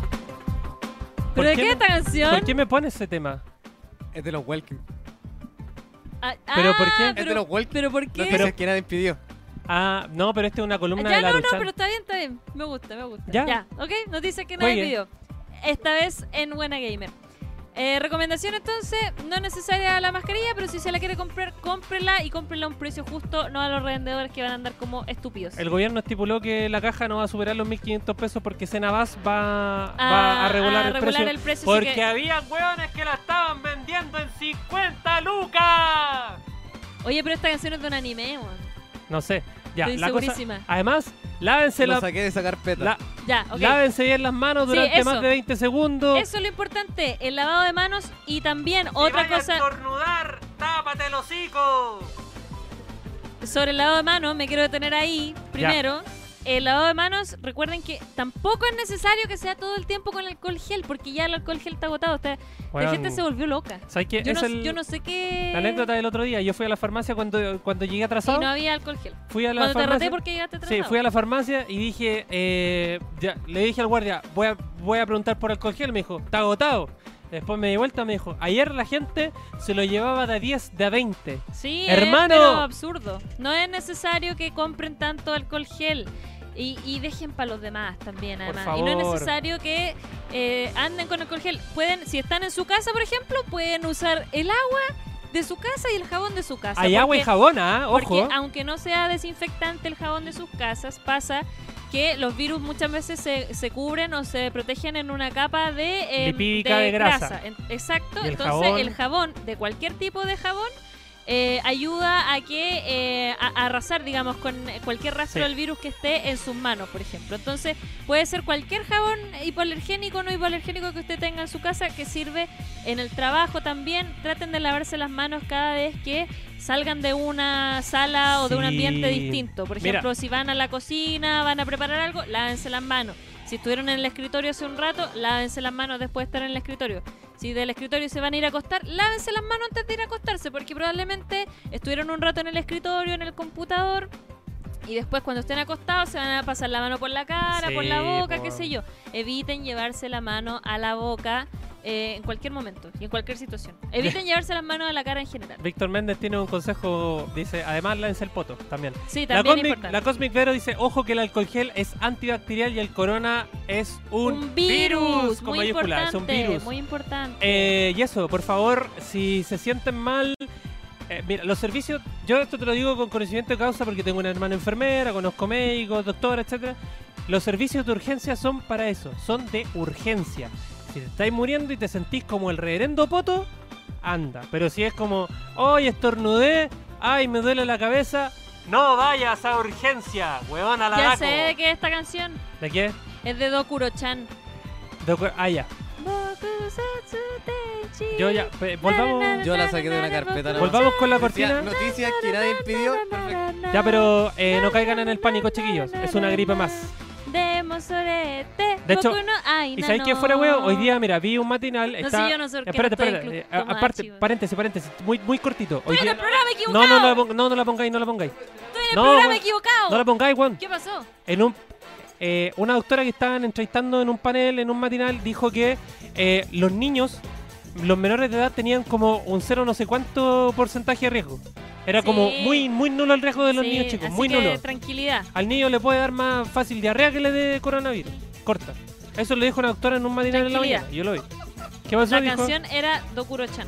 [SPEAKER 1] ¿Por
[SPEAKER 2] ¿Pero de
[SPEAKER 1] qué
[SPEAKER 2] qué,
[SPEAKER 1] no-
[SPEAKER 2] esta canción?
[SPEAKER 1] ¿Por qué me pones ese tema?
[SPEAKER 3] Es de los Welkin.
[SPEAKER 2] Ah,
[SPEAKER 1] ¿Pero por qué? Este Es
[SPEAKER 2] ah,
[SPEAKER 3] Es de
[SPEAKER 2] Pero,
[SPEAKER 3] los Welkin.
[SPEAKER 2] pero por
[SPEAKER 3] No
[SPEAKER 2] qué?
[SPEAKER 3] te
[SPEAKER 1] Pero-
[SPEAKER 3] dices que nadie impidió.
[SPEAKER 1] Ah, no, pero esta es una columna
[SPEAKER 2] Ah, ya,
[SPEAKER 1] de la
[SPEAKER 2] no, no, pero está bien, está bien. Me gusta, me gusta.
[SPEAKER 1] Ya.
[SPEAKER 2] Ya. ok, noticia que nadie
[SPEAKER 1] Juegue.
[SPEAKER 2] pidió. Esta vez en Buena Gamer. Eh, recomendación entonces, no es necesaria la mascarilla, pero si se la quiere comprar, cómprela y cómprela a un precio justo, no a los revendedores que van a andar como estúpidos.
[SPEAKER 1] El gobierno estipuló que la caja no va a superar los 1.500 pesos porque Senabás va,
[SPEAKER 2] Ah,
[SPEAKER 1] va a regular, el,
[SPEAKER 2] regular
[SPEAKER 1] precio
[SPEAKER 2] el precio, así
[SPEAKER 1] Porque
[SPEAKER 2] que-
[SPEAKER 1] había hueones que la estaban vendiendo en 50 lucas.
[SPEAKER 2] Oye, pero esta canción es de un anime, weón.
[SPEAKER 1] No sé. Ya,
[SPEAKER 2] Estoy
[SPEAKER 1] la cosa-
[SPEAKER 2] segurísima.
[SPEAKER 1] Además, lávense,
[SPEAKER 3] lo
[SPEAKER 1] la-
[SPEAKER 3] saqué de esa carpeta.
[SPEAKER 1] la-
[SPEAKER 2] Ya, ok.
[SPEAKER 1] lávense bien las manos
[SPEAKER 2] Sí,
[SPEAKER 1] durante
[SPEAKER 2] eso.
[SPEAKER 1] más de 20 segundos.
[SPEAKER 2] Eso es lo importante, el lavado de manos y también otra cosa...
[SPEAKER 1] estornudar, tápate el hocico.
[SPEAKER 2] sobre el lavado de manos, me quiero detener ahí primero. El lavado de manos, recuerden que tampoco es necesario que sea todo el tiempo con alcohol gel, porque ya el alcohol gel está agotado. está- la gente se volvió loca.
[SPEAKER 1] ¿Sabes qué?
[SPEAKER 2] Yo
[SPEAKER 1] es
[SPEAKER 2] no,
[SPEAKER 1] el-
[SPEAKER 2] yo no sé qué.
[SPEAKER 1] la anécdota del otro día. Yo fui a la farmacia cuando, cuando llegué
[SPEAKER 2] Y
[SPEAKER 1] atrasado.
[SPEAKER 2] no había alcohol gel.
[SPEAKER 1] Fui a la
[SPEAKER 2] Cuando te
[SPEAKER 1] farmacia.
[SPEAKER 2] raté porque llegaste atrasado.
[SPEAKER 1] Sí, fui a la farmacia y dije, eh, ya, le dije al guardia, voy a, voy a preguntar por alcohol gel. Me dijo, está agotado. Después me di vuelta, me dijo, ayer la gente se lo llevaba de a 10, de a 20.
[SPEAKER 2] Sí,
[SPEAKER 1] ¡Hermano!
[SPEAKER 2] es pero absurdo. No es necesario que compren tanto alcohol gel. Y, y dejen para los demás también, además. Y no es
[SPEAKER 1] favor.
[SPEAKER 2] necesario que eh, anden con alcohol gel. Pueden, si están en su casa, por ejemplo, pueden usar el agua de su casa y el jabón de su casa.
[SPEAKER 1] Hay agua y
[SPEAKER 2] porque-
[SPEAKER 1] jabón, ¿ah?
[SPEAKER 2] Porque
[SPEAKER 1] Ojo.
[SPEAKER 2] aunque no sea desinfectante el jabón de sus casas, pasa que los virus muchas veces se, se cubren o se protegen en una capa de, em,
[SPEAKER 1] Lipídica de grasa.
[SPEAKER 2] En- Exacto,
[SPEAKER 1] Y el
[SPEAKER 2] entonces
[SPEAKER 1] jabón.
[SPEAKER 2] el jabón, de cualquier tipo de jabón, eh, ayuda a que eh, a, a arrasar, digamos, con cualquier rastro
[SPEAKER 1] Sí.
[SPEAKER 2] del virus que esté en sus manos, por ejemplo. Entonces puede ser cualquier jabón hipoalergénico o no hipoalergénico que usted tenga en su casa que sirve en el trabajo también. Traten de lavarse las manos cada vez que salgan de una sala o de un
[SPEAKER 1] Sí.
[SPEAKER 2] ambiente distinto. Por
[SPEAKER 1] Mira.
[SPEAKER 2] ejemplo, si van a la cocina, van a preparar algo, lávense las manos. Si estuvieron en el escritorio hace un rato, lávense las manos después de estar en el escritorio. Si del escritorio se van a ir a acostar, lávense las manos antes de ir a acostarse, porque probablemente estuvieron un rato en el escritorio, en el computador, y después cuando estén acostados se van a pasar la mano por la cara, por la
[SPEAKER 1] Sí,
[SPEAKER 2] boca, qué
[SPEAKER 1] po.
[SPEAKER 2] sé yo. Eviten llevarse la mano a la boca eh, en cualquier momento y en cualquier situación. Eviten llevarse las manos a la cara en general.
[SPEAKER 1] Víctor Méndez tiene un consejo, dice, además lance el poto también.
[SPEAKER 2] Sí,
[SPEAKER 1] La
[SPEAKER 2] también es
[SPEAKER 1] Cosmic,
[SPEAKER 2] importante.
[SPEAKER 1] la Cosmic Vero dice, ojo que el alcohol gel es antibacterial y el corona es un, virus, con
[SPEAKER 2] muy
[SPEAKER 1] mayúscula,
[SPEAKER 2] importante,
[SPEAKER 1] es un virus.
[SPEAKER 2] muy importante.
[SPEAKER 1] Eh, y eso, por favor, si se sienten mal, eh, mira, los servicios, yo esto te lo digo con conocimiento de causa porque tengo una hermana enfermera, conozco médicos, doctora, etcétera. Los servicios de urgencia son para eso, son de urgencia. Si te estáis muriendo y te sentís como el reverendo poto, anda. Pero si es como, hoy estornudé, ay, me duele la cabeza, no vayas a urgencia, weón, a la
[SPEAKER 2] ya
[SPEAKER 1] vaco.
[SPEAKER 2] sé de qué es esta canción.
[SPEAKER 1] ¿De qué?
[SPEAKER 2] Es de Dokuro-chan.
[SPEAKER 1] De acuer- ah, ya. Yo ya, pe- volvamos,
[SPEAKER 3] Yo la saqué de una carpeta, no.
[SPEAKER 1] volvamos con la
[SPEAKER 3] Decía,
[SPEAKER 1] cortina.
[SPEAKER 3] noticias que nadie impidió. Perfecto.
[SPEAKER 1] eh, Ya, pero eh, no caigan en el pánico, chiquillos. Es una gripe más.
[SPEAKER 2] Volveremos sobre este.
[SPEAKER 1] De hecho,
[SPEAKER 2] Boku no Ai
[SPEAKER 1] ¿Y
[SPEAKER 2] na
[SPEAKER 1] sabéis que
[SPEAKER 2] no.
[SPEAKER 1] fuera huevo? Hoy día, mira, vi un matinal.
[SPEAKER 2] sé,
[SPEAKER 1] Está...
[SPEAKER 2] yo no sé por qué
[SPEAKER 1] Espérate,
[SPEAKER 2] no estoy
[SPEAKER 1] espérate.
[SPEAKER 2] en
[SPEAKER 1] eh,
[SPEAKER 2] Club Tomodachi,
[SPEAKER 1] aparte,
[SPEAKER 2] weón.
[SPEAKER 1] paréntesis, paréntesis. Muy, muy cortito. Hoy
[SPEAKER 2] Estoy en
[SPEAKER 1] día-
[SPEAKER 2] el programa
[SPEAKER 1] No,
[SPEAKER 2] equivocado.
[SPEAKER 1] no, no, la pong- no, no la pongáis, no la pongáis.
[SPEAKER 2] Estoy en el
[SPEAKER 1] no,
[SPEAKER 2] programa
[SPEAKER 1] weón.
[SPEAKER 2] equivocado.
[SPEAKER 1] No la pongáis, weón.
[SPEAKER 2] ¿Qué pasó?
[SPEAKER 1] En un, eh, una doctora que estaban entrevistando en un panel, en un matinal, dijo que eh, los niños, los menores de edad, tenían como un cero no sé cuánto porcentaje de riesgo. Era como
[SPEAKER 2] Sí.
[SPEAKER 1] muy, muy nulo el riesgo de los
[SPEAKER 2] Sí,
[SPEAKER 1] niños chicos,
[SPEAKER 2] así
[SPEAKER 1] muy
[SPEAKER 2] que
[SPEAKER 1] nulo.
[SPEAKER 2] Tranquilidad.
[SPEAKER 1] Al niño le puede dar más fácil diarrea que le dé coronavirus. Corta. Eso lo dijo una doctora en un matinal en la
[SPEAKER 2] Tranquilidad.
[SPEAKER 1] mañana. Yo lo vi. ¿Qué pasó?
[SPEAKER 2] La
[SPEAKER 1] dijo?
[SPEAKER 2] canción era Dokuro-chan.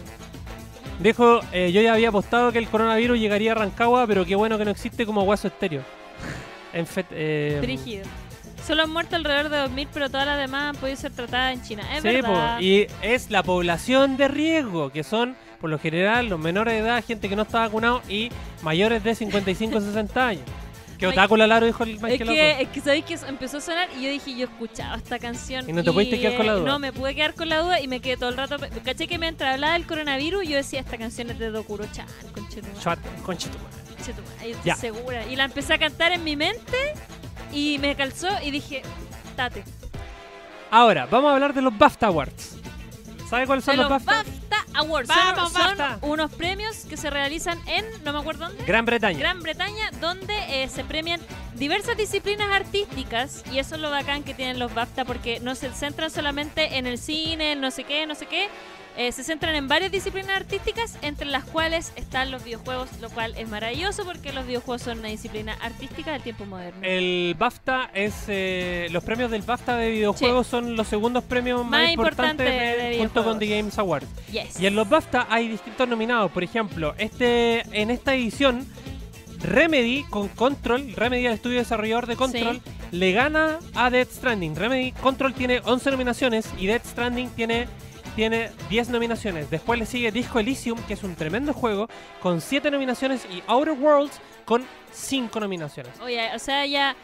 [SPEAKER 1] Dijo, eh, yo ya había apostado que el coronavirus llegaría a Rancagua, pero qué bueno que no existe como guaso estéreo. En fet- eh,
[SPEAKER 2] Dirigido. Solo han muerto alrededor de 2.000, pero todas las demás han podido ser tratadas en China. Es
[SPEAKER 1] sí,
[SPEAKER 2] verdad.
[SPEAKER 1] po, y es la población de riesgo, que son por lo general los menores de edad, gente que no está vacunado y mayores de 55 a 60 años. Que
[SPEAKER 2] Mike-
[SPEAKER 1] otáculo largo dijo el
[SPEAKER 2] Es
[SPEAKER 1] Michael
[SPEAKER 2] que, es que sabéis que empezó a sonar y yo dije, yo escuchaba esta canción.
[SPEAKER 1] Y no te pudiste quedar con la
[SPEAKER 2] eh,
[SPEAKER 1] duda.
[SPEAKER 2] No, me pude quedar con la duda y me quedé todo el rato. Caché que mientras hablaba del coronavirus, yo decía, esta canción es de Dokuro-chan, conchetumare, conchetumare, yo estoy
[SPEAKER 1] Ya.
[SPEAKER 2] segura. Y la empecé a cantar en mi mente y me calzó y dije, tate.
[SPEAKER 1] Ahora, vamos a hablar de los BAFTA Awards. ¿Sabe cuáles son
[SPEAKER 2] De
[SPEAKER 1] los
[SPEAKER 2] los
[SPEAKER 1] BAFTA?
[SPEAKER 2] BAFTA Awards. Son-
[SPEAKER 1] Vamos,
[SPEAKER 2] son,
[SPEAKER 1] BAFTA.
[SPEAKER 2] unos premios que se realizan en, no me acuerdo dónde,
[SPEAKER 1] Gran Bretaña.
[SPEAKER 2] Gran Bretaña, donde eh, se premian diversas disciplinas artísticas y eso es lo bacán que tienen los BAFTA porque no se centran solamente en el cine, en no sé qué, no sé qué. Eh, se centran en varias disciplinas artísticas, entre las cuales están los videojuegos, lo cual es maravilloso porque los videojuegos son una disciplina artística del tiempo moderno.
[SPEAKER 1] El BAFTA es. eh, los premios del BAFTA de videojuegos son los segundos premios más,
[SPEAKER 2] Más
[SPEAKER 1] importantes
[SPEAKER 2] importante
[SPEAKER 1] de-
[SPEAKER 2] de
[SPEAKER 1] junto con
[SPEAKER 2] videojuegos.
[SPEAKER 1] The Games Awards.
[SPEAKER 2] Yes.
[SPEAKER 1] Y en los BAFTA hay distintos nominados. Por ejemplo, este en esta edición, Remedy con Control, Remedy el estudio desarrollador de Control,
[SPEAKER 2] Sí.
[SPEAKER 1] le gana a Dead Stranding. Remedy Control tiene 11 nominaciones y Dead Stranding tiene, tiene 10 nominaciones. Después le sigue Disco Elysium, que es un tremendo juego, con 7 nominaciones y Outer Worlds con 5 nominaciones.
[SPEAKER 2] Oye, o sea, ya.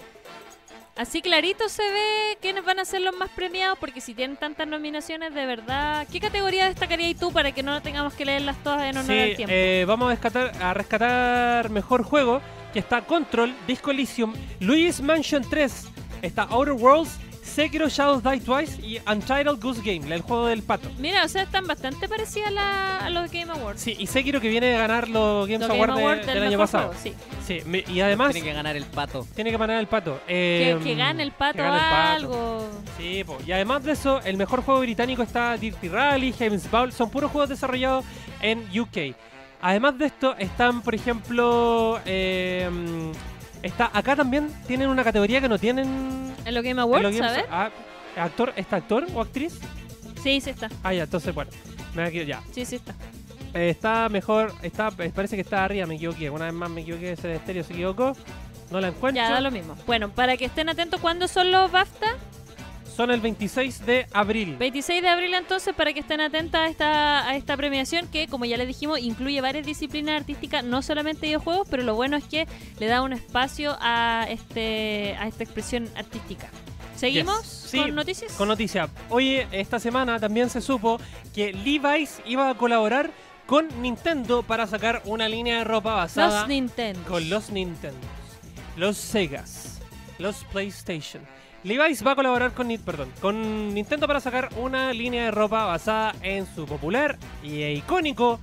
[SPEAKER 2] Así clarito se ve quiénes van a ser los más premiados, porque si tienen tantas nominaciones, de verdad. ¿Qué categoría destacarías tú para que no tengamos que leerlas todas en honor
[SPEAKER 1] Sí,
[SPEAKER 2] al tiempo?
[SPEAKER 1] eh, vamos a rescatar, a rescatar mejor juego, que está Control, Disco Elysium, Luigi's Mansion 3, está Outer Worlds, Sekiro Shadows Die Twice y Untitled Goose Game, el juego del pato.
[SPEAKER 2] Mira, o sea, están bastante parecidas a, la- a los Game Awards.
[SPEAKER 1] Sí, y Sekiro que viene de ganar los Games
[SPEAKER 2] Los
[SPEAKER 1] Awards de-
[SPEAKER 2] Awards
[SPEAKER 1] del,
[SPEAKER 2] del
[SPEAKER 1] año
[SPEAKER 2] mejor
[SPEAKER 1] pasado.
[SPEAKER 2] juego, sí.
[SPEAKER 1] Sí, me- y además
[SPEAKER 3] Tiene que ganar el pato.
[SPEAKER 1] tiene que ganar el pato.
[SPEAKER 2] Que,
[SPEAKER 1] Eh,
[SPEAKER 2] que gane el pato
[SPEAKER 1] que gane el pato.
[SPEAKER 2] algo.
[SPEAKER 1] Sí, po. y además de eso, el mejor juego británico está Dirty Rally, Heaven's Bowl, son puros juegos desarrollados en UK. Además de esto, están, por ejemplo, eh, está acá también tienen una categoría que no tienen. en
[SPEAKER 2] En los Game
[SPEAKER 1] los
[SPEAKER 2] Awards,
[SPEAKER 1] Games-
[SPEAKER 2] ¿sabes?
[SPEAKER 1] Ah, actor, ¿Está actor o actriz?
[SPEAKER 2] Sí, sí está.
[SPEAKER 1] Ah, ya, entonces, bueno, me da que- ya.
[SPEAKER 2] Sí, sí está.
[SPEAKER 1] Eh, está mejor, está, eh, parece que está arriba, me equivoqué. Una vez más me equivoqué, ese de estéreo se equivocó. No la encuentro.
[SPEAKER 2] Ya da lo mismo. Bueno, para que estén atentos, ¿cuándo son los BAFTA?
[SPEAKER 1] Son el 26 de abril.
[SPEAKER 2] 26 de abril entonces para que estén atentas a esta, a esta premiación que como ya les dijimos incluye varias disciplinas artísticas, no solamente videojuegos, pero lo bueno es que le da un espacio a este a esta expresión artística. ¿Seguimos
[SPEAKER 1] Yes. Sí,
[SPEAKER 2] con noticias?
[SPEAKER 1] Con noticia. Oye, esta semana también se supo que Levi's iba a colaborar con Nintendo para sacar una línea de ropa basada
[SPEAKER 2] los Nintendo.
[SPEAKER 1] con los Nintendo, los Segas, los PlayStation. Levi's va a colaborar con, Ni- perdón, con Nintendo para sacar una línea de ropa basada en su popular y icónico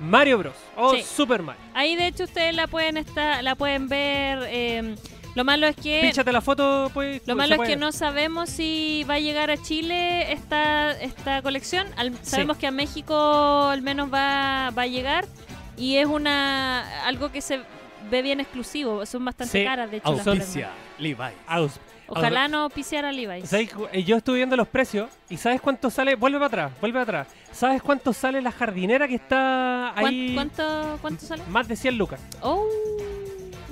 [SPEAKER 1] Mario Bros. o
[SPEAKER 2] Sí.
[SPEAKER 1] Super Mario.
[SPEAKER 2] Ahí de hecho ustedes la pueden estar, la pueden ver. eh, lo malo es que
[SPEAKER 1] Píchate la foto, pues. se
[SPEAKER 2] Lo malo es
[SPEAKER 1] puede
[SPEAKER 2] que
[SPEAKER 1] ver.
[SPEAKER 2] no sabemos si va a llegar a Chile esta, esta colección. Al- sabemos que a México al menos va, va a llegar y es una algo que se ve bien exclusivo. Son bastante
[SPEAKER 1] Sí,
[SPEAKER 2] caras, de hecho. las
[SPEAKER 3] Auspicia, Levi.
[SPEAKER 1] Aus-
[SPEAKER 2] prendas. Ojalá no piciara Levi's.
[SPEAKER 1] ¿Sabes cu- eh, Yo estuve viendo los precios y ¿sabes cuánto sale? Vuelve para atrás, vuelve para atrás. ¿Sabes cuánto sale la jardinera que está
[SPEAKER 2] ¿Cuán-
[SPEAKER 1] ahí?
[SPEAKER 2] ¿Cuánto, ¿Cuánto sale?
[SPEAKER 1] Más de 100 lucas.
[SPEAKER 2] Oh,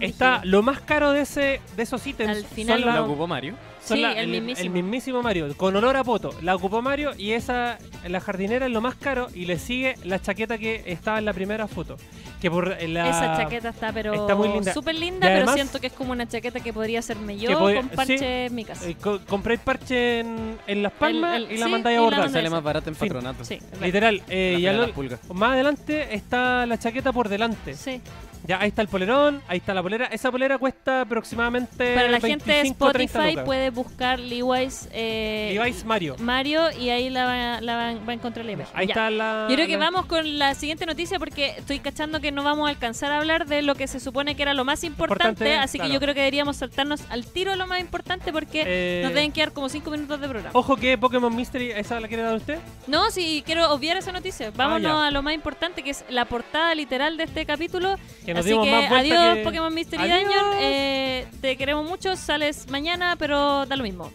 [SPEAKER 1] Está
[SPEAKER 2] brígido.
[SPEAKER 1] lo más caro de ese de esos ítems.
[SPEAKER 2] Al final
[SPEAKER 1] son la- Ah,
[SPEAKER 3] ¿La ocupó Mario?
[SPEAKER 1] son
[SPEAKER 2] Sí,
[SPEAKER 1] la-
[SPEAKER 2] el mismísimo.
[SPEAKER 1] mismísimo Mario, con olor a poto. La ocupó Mario y esa la jardinera es lo más caro y le sigue la chaqueta que estaba en la primera foto. Que por eh, la
[SPEAKER 2] Esa chaqueta está, pero
[SPEAKER 1] está muy linda.
[SPEAKER 2] súper
[SPEAKER 1] Y
[SPEAKER 2] linda, pero
[SPEAKER 1] además-
[SPEAKER 2] siento que es como una chaqueta que podría hacerme yo
[SPEAKER 1] Que podría-
[SPEAKER 2] con parche en mi casa.
[SPEAKER 1] eh, co- compré el parche en, en las palmas
[SPEAKER 2] El- el-
[SPEAKER 1] y la
[SPEAKER 2] sí,
[SPEAKER 1] mandáis a
[SPEAKER 2] y la
[SPEAKER 1] bordar.
[SPEAKER 2] mandáis.
[SPEAKER 3] Sale más barato en
[SPEAKER 1] Fin.
[SPEAKER 3] patronato.
[SPEAKER 2] Sí, claro.
[SPEAKER 1] Literal, eh,
[SPEAKER 3] La
[SPEAKER 1] y a
[SPEAKER 3] pega
[SPEAKER 1] lo-
[SPEAKER 3] las pulgas.
[SPEAKER 1] más adelante está la chaqueta por delante.
[SPEAKER 2] Sí.
[SPEAKER 1] Ya, ahí está el polerón, ahí está la polera. Esa polera cuesta aproximadamente.
[SPEAKER 2] Para la gente de
[SPEAKER 1] 25, 30
[SPEAKER 2] Spotify
[SPEAKER 1] lucas.
[SPEAKER 2] puede buscar Levi's, eh,
[SPEAKER 1] Levi's Mario.
[SPEAKER 2] Mario y ahí la, va- la va, va a encontrar la imagen.
[SPEAKER 1] Ahí
[SPEAKER 2] Ya.
[SPEAKER 1] está la.
[SPEAKER 2] Yo creo que
[SPEAKER 1] la-
[SPEAKER 2] vamos con la siguiente noticia porque estoy cachando que no vamos a alcanzar a hablar de lo que se supone que era lo más importante,
[SPEAKER 1] Importante,
[SPEAKER 2] así
[SPEAKER 1] claro.
[SPEAKER 2] que yo creo que deberíamos saltarnos al tiro lo más importante porque
[SPEAKER 1] Eh, oh.
[SPEAKER 2] nos deben quedar como cinco minutos de programa.
[SPEAKER 1] Ojo que Pokémon Mystery, ¿esa la quiere dar usted?
[SPEAKER 2] No, sí, quiero obviar esa noticia. Vámonos
[SPEAKER 1] Ah, ya.
[SPEAKER 2] a lo más importante que es la portada literal de este capítulo.
[SPEAKER 1] Que nos
[SPEAKER 2] así
[SPEAKER 1] dimos
[SPEAKER 2] que
[SPEAKER 1] más vuelta
[SPEAKER 2] adiós
[SPEAKER 1] que-
[SPEAKER 2] Pokémon Mystery
[SPEAKER 1] Adiós.
[SPEAKER 2] Dungeon. Eh, te queremos mucho, sales mañana, pero da lo mismo.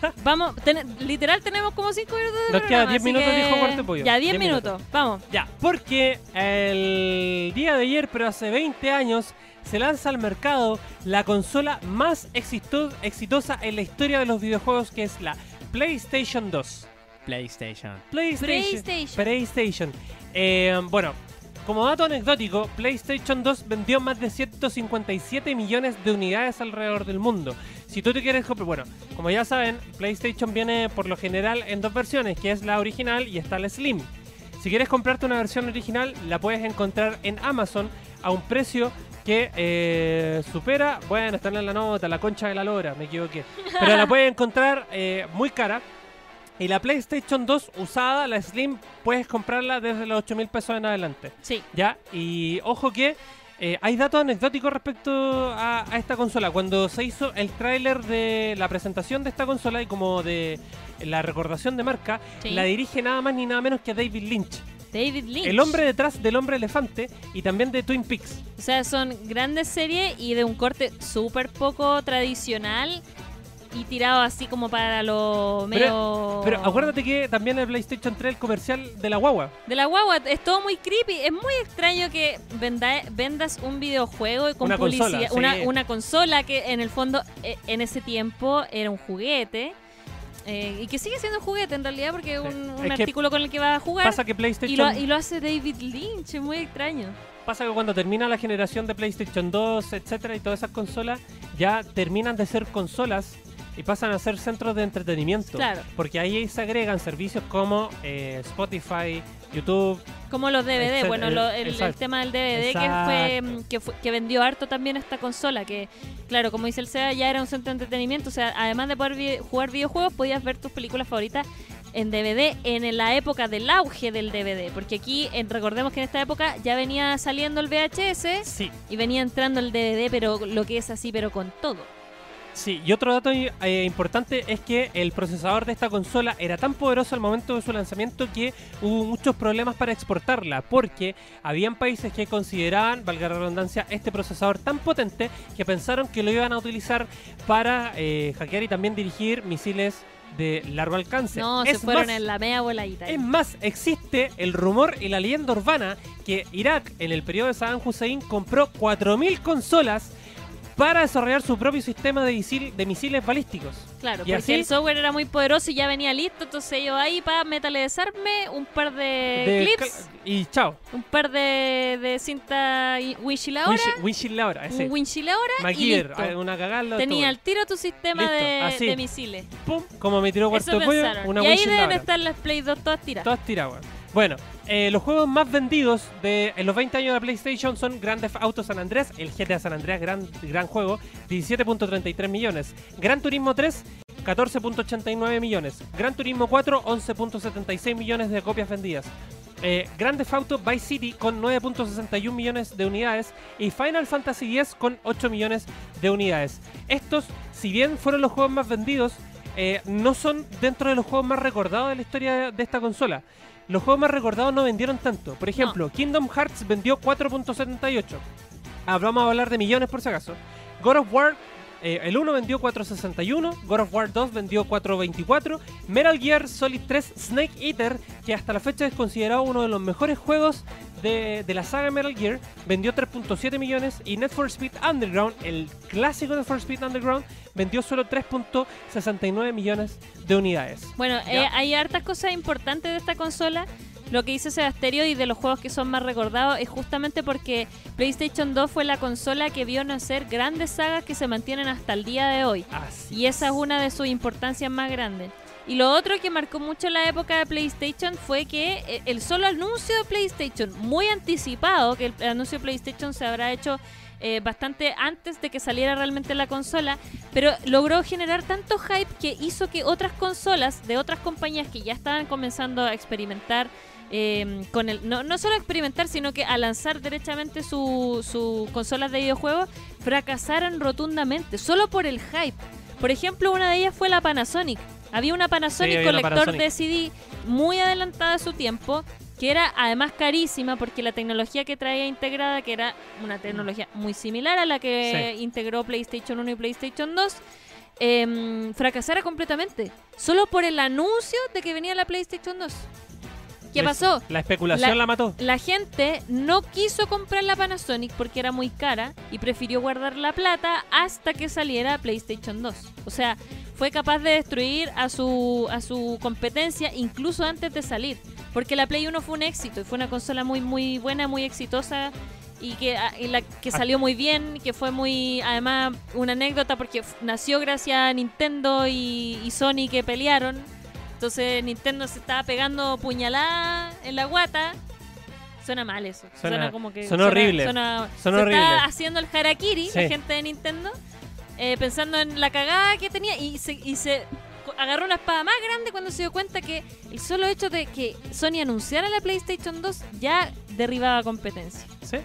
[SPEAKER 2] Vamos, ten- literal tenemos como cinco minutos de
[SPEAKER 1] Nos queda
[SPEAKER 2] programa,
[SPEAKER 1] 10
[SPEAKER 2] así
[SPEAKER 1] minutos,
[SPEAKER 2] que-
[SPEAKER 1] dijo Corte Pollo.
[SPEAKER 2] Ya, 10
[SPEAKER 1] 10 minutos.
[SPEAKER 2] minutos. Vamos.
[SPEAKER 1] Ya, porque el día de ayer, pero hace 20 años, se lanza al mercado la consola más exito- exitosa en la historia de los videojuegos, que es la PlayStation 2.
[SPEAKER 3] PlayStation.
[SPEAKER 1] PlayStation.
[SPEAKER 2] PlayStation.
[SPEAKER 1] PlayStation. Eh, bueno, como dato anecdótico, PlayStation 2 vendió más de 157 millones de unidades alrededor del mundo. Si tú te quieres comprar, bueno, como ya saben, PlayStation viene por lo general en dos versiones, que es la original y está la Slim. Si quieres comprarte una versión original, la puedes encontrar en Amazon a un precio que eh, supera, bueno, está en la nota, la concha de la lora, me equivoqué. Pero la puedes encontrar eh, muy cara. Y la PlayStation 2 usada, la Slim, puedes comprarla desde los 8 mil pesos en adelante.
[SPEAKER 2] Sí.
[SPEAKER 1] ¿Ya? Y ojo que eh, hay datos anecdóticos respecto a, a esta consola. Cuando se hizo el tráiler de la presentación de esta consola y como de la recordación de marca,
[SPEAKER 2] Sí.
[SPEAKER 1] la dirige nada más ni nada menos que David Lynch,
[SPEAKER 2] David Lynch.
[SPEAKER 1] el hombre detrás del hombre elefante y también de Twin Peaks.
[SPEAKER 2] O sea, son grandes series y de un corte súper poco tradicional y tirado así como para lo medio...
[SPEAKER 1] Pero acuérdate que también el PlayStation 3, el comercial de la guagua.
[SPEAKER 2] De la guagua, es todo muy creepy. Es muy extraño que venda- vendas un videojuego con
[SPEAKER 1] Una
[SPEAKER 2] publicidad.
[SPEAKER 1] consola, sí.
[SPEAKER 2] una, una consola que en el fondo eh, en ese tiempo era un juguete. eh, y que sigue siendo un juguete en realidad porque es
[SPEAKER 1] Sí.
[SPEAKER 2] un, un
[SPEAKER 1] Es que
[SPEAKER 2] artículo con el que vas a jugar.
[SPEAKER 1] Pasa que
[SPEAKER 2] Y lo,
[SPEAKER 1] PlayStation
[SPEAKER 2] y lo hace David Lynch, es muy extraño.
[SPEAKER 1] Pasa que cuando termina la generación de PlayStation 2, etcétera, y todas esas consolas, ya terminan de ser consolas y pasan a ser centros de entretenimiento.
[SPEAKER 2] Claro.
[SPEAKER 1] Porque ahí se agregan servicios como eh, Spotify, YouTube.
[SPEAKER 2] Como los DVD,
[SPEAKER 1] Exacto,
[SPEAKER 2] bueno, lo- el, el
[SPEAKER 1] exacto.
[SPEAKER 2] tema del DVD
[SPEAKER 1] Exacto.
[SPEAKER 2] que fue, mm, que fue- que vendió harto también esta consola, que claro, como dice el SEA, ya era un centro de entretenimiento, o sea, además de poder vi- jugar videojuegos, podías ver tus películas favoritas en DVD en la época del auge del DVD, porque aquí en- recordemos que en esta época ya venía saliendo el VHS
[SPEAKER 1] Sí,
[SPEAKER 2] y venía entrando el DVD, pero lo que es así, pero con todo.
[SPEAKER 1] sí. Y otro dato eh, importante es que el procesador de esta consola era tan poderoso al momento de su lanzamiento que hubo muchos problemas para exportarla, porque habían países que consideraban, valga la redundancia, este procesador tan potente que pensaron que lo iban a utilizar para eh, hackear y también dirigir misiles de largo alcance.
[SPEAKER 2] No, se
[SPEAKER 1] Es
[SPEAKER 2] fueron
[SPEAKER 1] más,
[SPEAKER 2] en la media voladita. ahí.
[SPEAKER 1] es más, existe el rumor y la leyenda urbana que Irak, en el periodo de Saddam Hussein, compró 4.000 consolas para desarrollar su propio sistema de, misil- de misiles balísticos.
[SPEAKER 2] Claro,
[SPEAKER 1] Y
[SPEAKER 2] porque
[SPEAKER 1] así-
[SPEAKER 2] el software era muy poderoso y ya venía listo, entonces ellos ahí para metalizarme un par de,
[SPEAKER 1] De
[SPEAKER 2] Eh, clips,
[SPEAKER 1] cal- Y chao.
[SPEAKER 2] un par de, de cinta y- winchiladora,
[SPEAKER 1] Winchi- Winchilaura, ese.
[SPEAKER 2] un winchiladora y
[SPEAKER 1] MacGyver,
[SPEAKER 2] listo.
[SPEAKER 1] ah, una cagada.
[SPEAKER 2] Tenía
[SPEAKER 1] todo.
[SPEAKER 2] al tiro tu sistema
[SPEAKER 1] Listo,
[SPEAKER 2] de,
[SPEAKER 1] así.
[SPEAKER 2] de misiles.
[SPEAKER 1] pum, como me tiró cuarto
[SPEAKER 2] Eso
[SPEAKER 1] de pollo,
[SPEAKER 2] pensaron.
[SPEAKER 1] una
[SPEAKER 2] y ahí
[SPEAKER 1] Wishing
[SPEAKER 2] deben
[SPEAKER 1] Laura.
[SPEAKER 2] estar las Play 2 todas tiradas.
[SPEAKER 1] Todas tiradas, weón. Bueno, eh, los juegos más vendidos de en los 20 años de PlayStation son Grand Theft Auto San Andrés, el GTA San Andrés, gran, gran juego, 17.33 millones. Gran Turismo 3, 14.89 millones. Gran Turismo 4, 11.76 millones de copias vendidas. Eh, Grand Theft Auto Vice City con 9.61 millones de unidades y Final Fantasy X con 8 millones de unidades. Estos, si bien fueron los juegos más vendidos, eh, no son dentro de los juegos más recordados de la historia de esta consola. Los juegos más recordados no vendieron tanto. Por ejemplo, Kingdom Hearts vendió 4.78. Ah, vamos a hablar de millones por si acaso. God of War, eh, el 1 vendió 461, God of War 2 vendió 424, Metal Gear Solid 3 Snake Eater, que hasta la fecha es considerado uno de los mejores juegos de, de la saga Metal Gear, vendió 3.7 millones y Need for Speed Underground, el clásico de For Speed Underground, vendió solo 3.69 millones de unidades.
[SPEAKER 2] Bueno,
[SPEAKER 1] Ya.
[SPEAKER 2] eh, hay hartas cosas importantes de esta consola. Lo que dice Sebasterio y de los juegos que son más recordados es justamente porque PlayStation 2 fue la consola que vio nacer grandes sagas que se mantienen hasta el día de hoy.
[SPEAKER 1] Así
[SPEAKER 2] Y esa es una de sus importancias más grandes. Y lo otro que marcó mucho la época de PlayStation fue que eh, el solo anuncio de PlayStation, muy anticipado, que el anuncio de PlayStation se habrá hecho eh, bastante antes de que saliera realmente la consola, pero logró generar tanto hype que hizo que otras consolas de otras compañías que ya estaban comenzando a experimentar eh, con el no, no solo a experimentar, sino que a lanzar derechamente sus su consolas de videojuegos, fracasaron rotundamente, solo por el hype. Por ejemplo, una de ellas fue la Panasonic. Había una Panasonic
[SPEAKER 1] Sí, había
[SPEAKER 2] con
[SPEAKER 1] una
[SPEAKER 2] lector
[SPEAKER 1] Panasonic.
[SPEAKER 2] de CD muy adelantada a su tiempo, que era además carísima porque la tecnología que traía integrada, que era una tecnología muy similar a la que integró PlayStation 1 y PlayStation 2, em, fracasara completamente. Solo por el anuncio de que venía la PlayStation 2. ¿Qué
[SPEAKER 1] Es-
[SPEAKER 2] pasó?
[SPEAKER 1] La especulación
[SPEAKER 2] La-
[SPEAKER 1] la, mató.
[SPEAKER 2] La gente no quiso comprar la Panasonic porque era muy cara y prefirió guardar la plata hasta que saliera PlayStation 2. O sea, fue capaz de destruir a su, a su competencia incluso antes de salir. Porque la Play 1 fue un éxito y fue una consola muy, muy buena, muy exitosa y que, a- y la, que
[SPEAKER 1] Ah.
[SPEAKER 2] salió muy bien, que fue muy, además, una anécdota porque f- nació gracias a Nintendo y, y Sony que pelearon. Entonces Nintendo se estaba pegando puñalada en la guata. Suena mal eso. Suena,
[SPEAKER 1] Suena-
[SPEAKER 2] como que.
[SPEAKER 1] suena horrible.
[SPEAKER 2] Suena,
[SPEAKER 1] Suena
[SPEAKER 2] se
[SPEAKER 1] horrible.
[SPEAKER 2] estaba haciendo el harakiri la
[SPEAKER 1] Sí.
[SPEAKER 2] gente de Nintendo, eh, pensando en la cagada que tenía y se, y se co- agarró una espada más grande cuando se dio cuenta que el solo hecho de que Sony anunciara la PlayStation 2 ya derribaba competencia.
[SPEAKER 1] ¿Sí?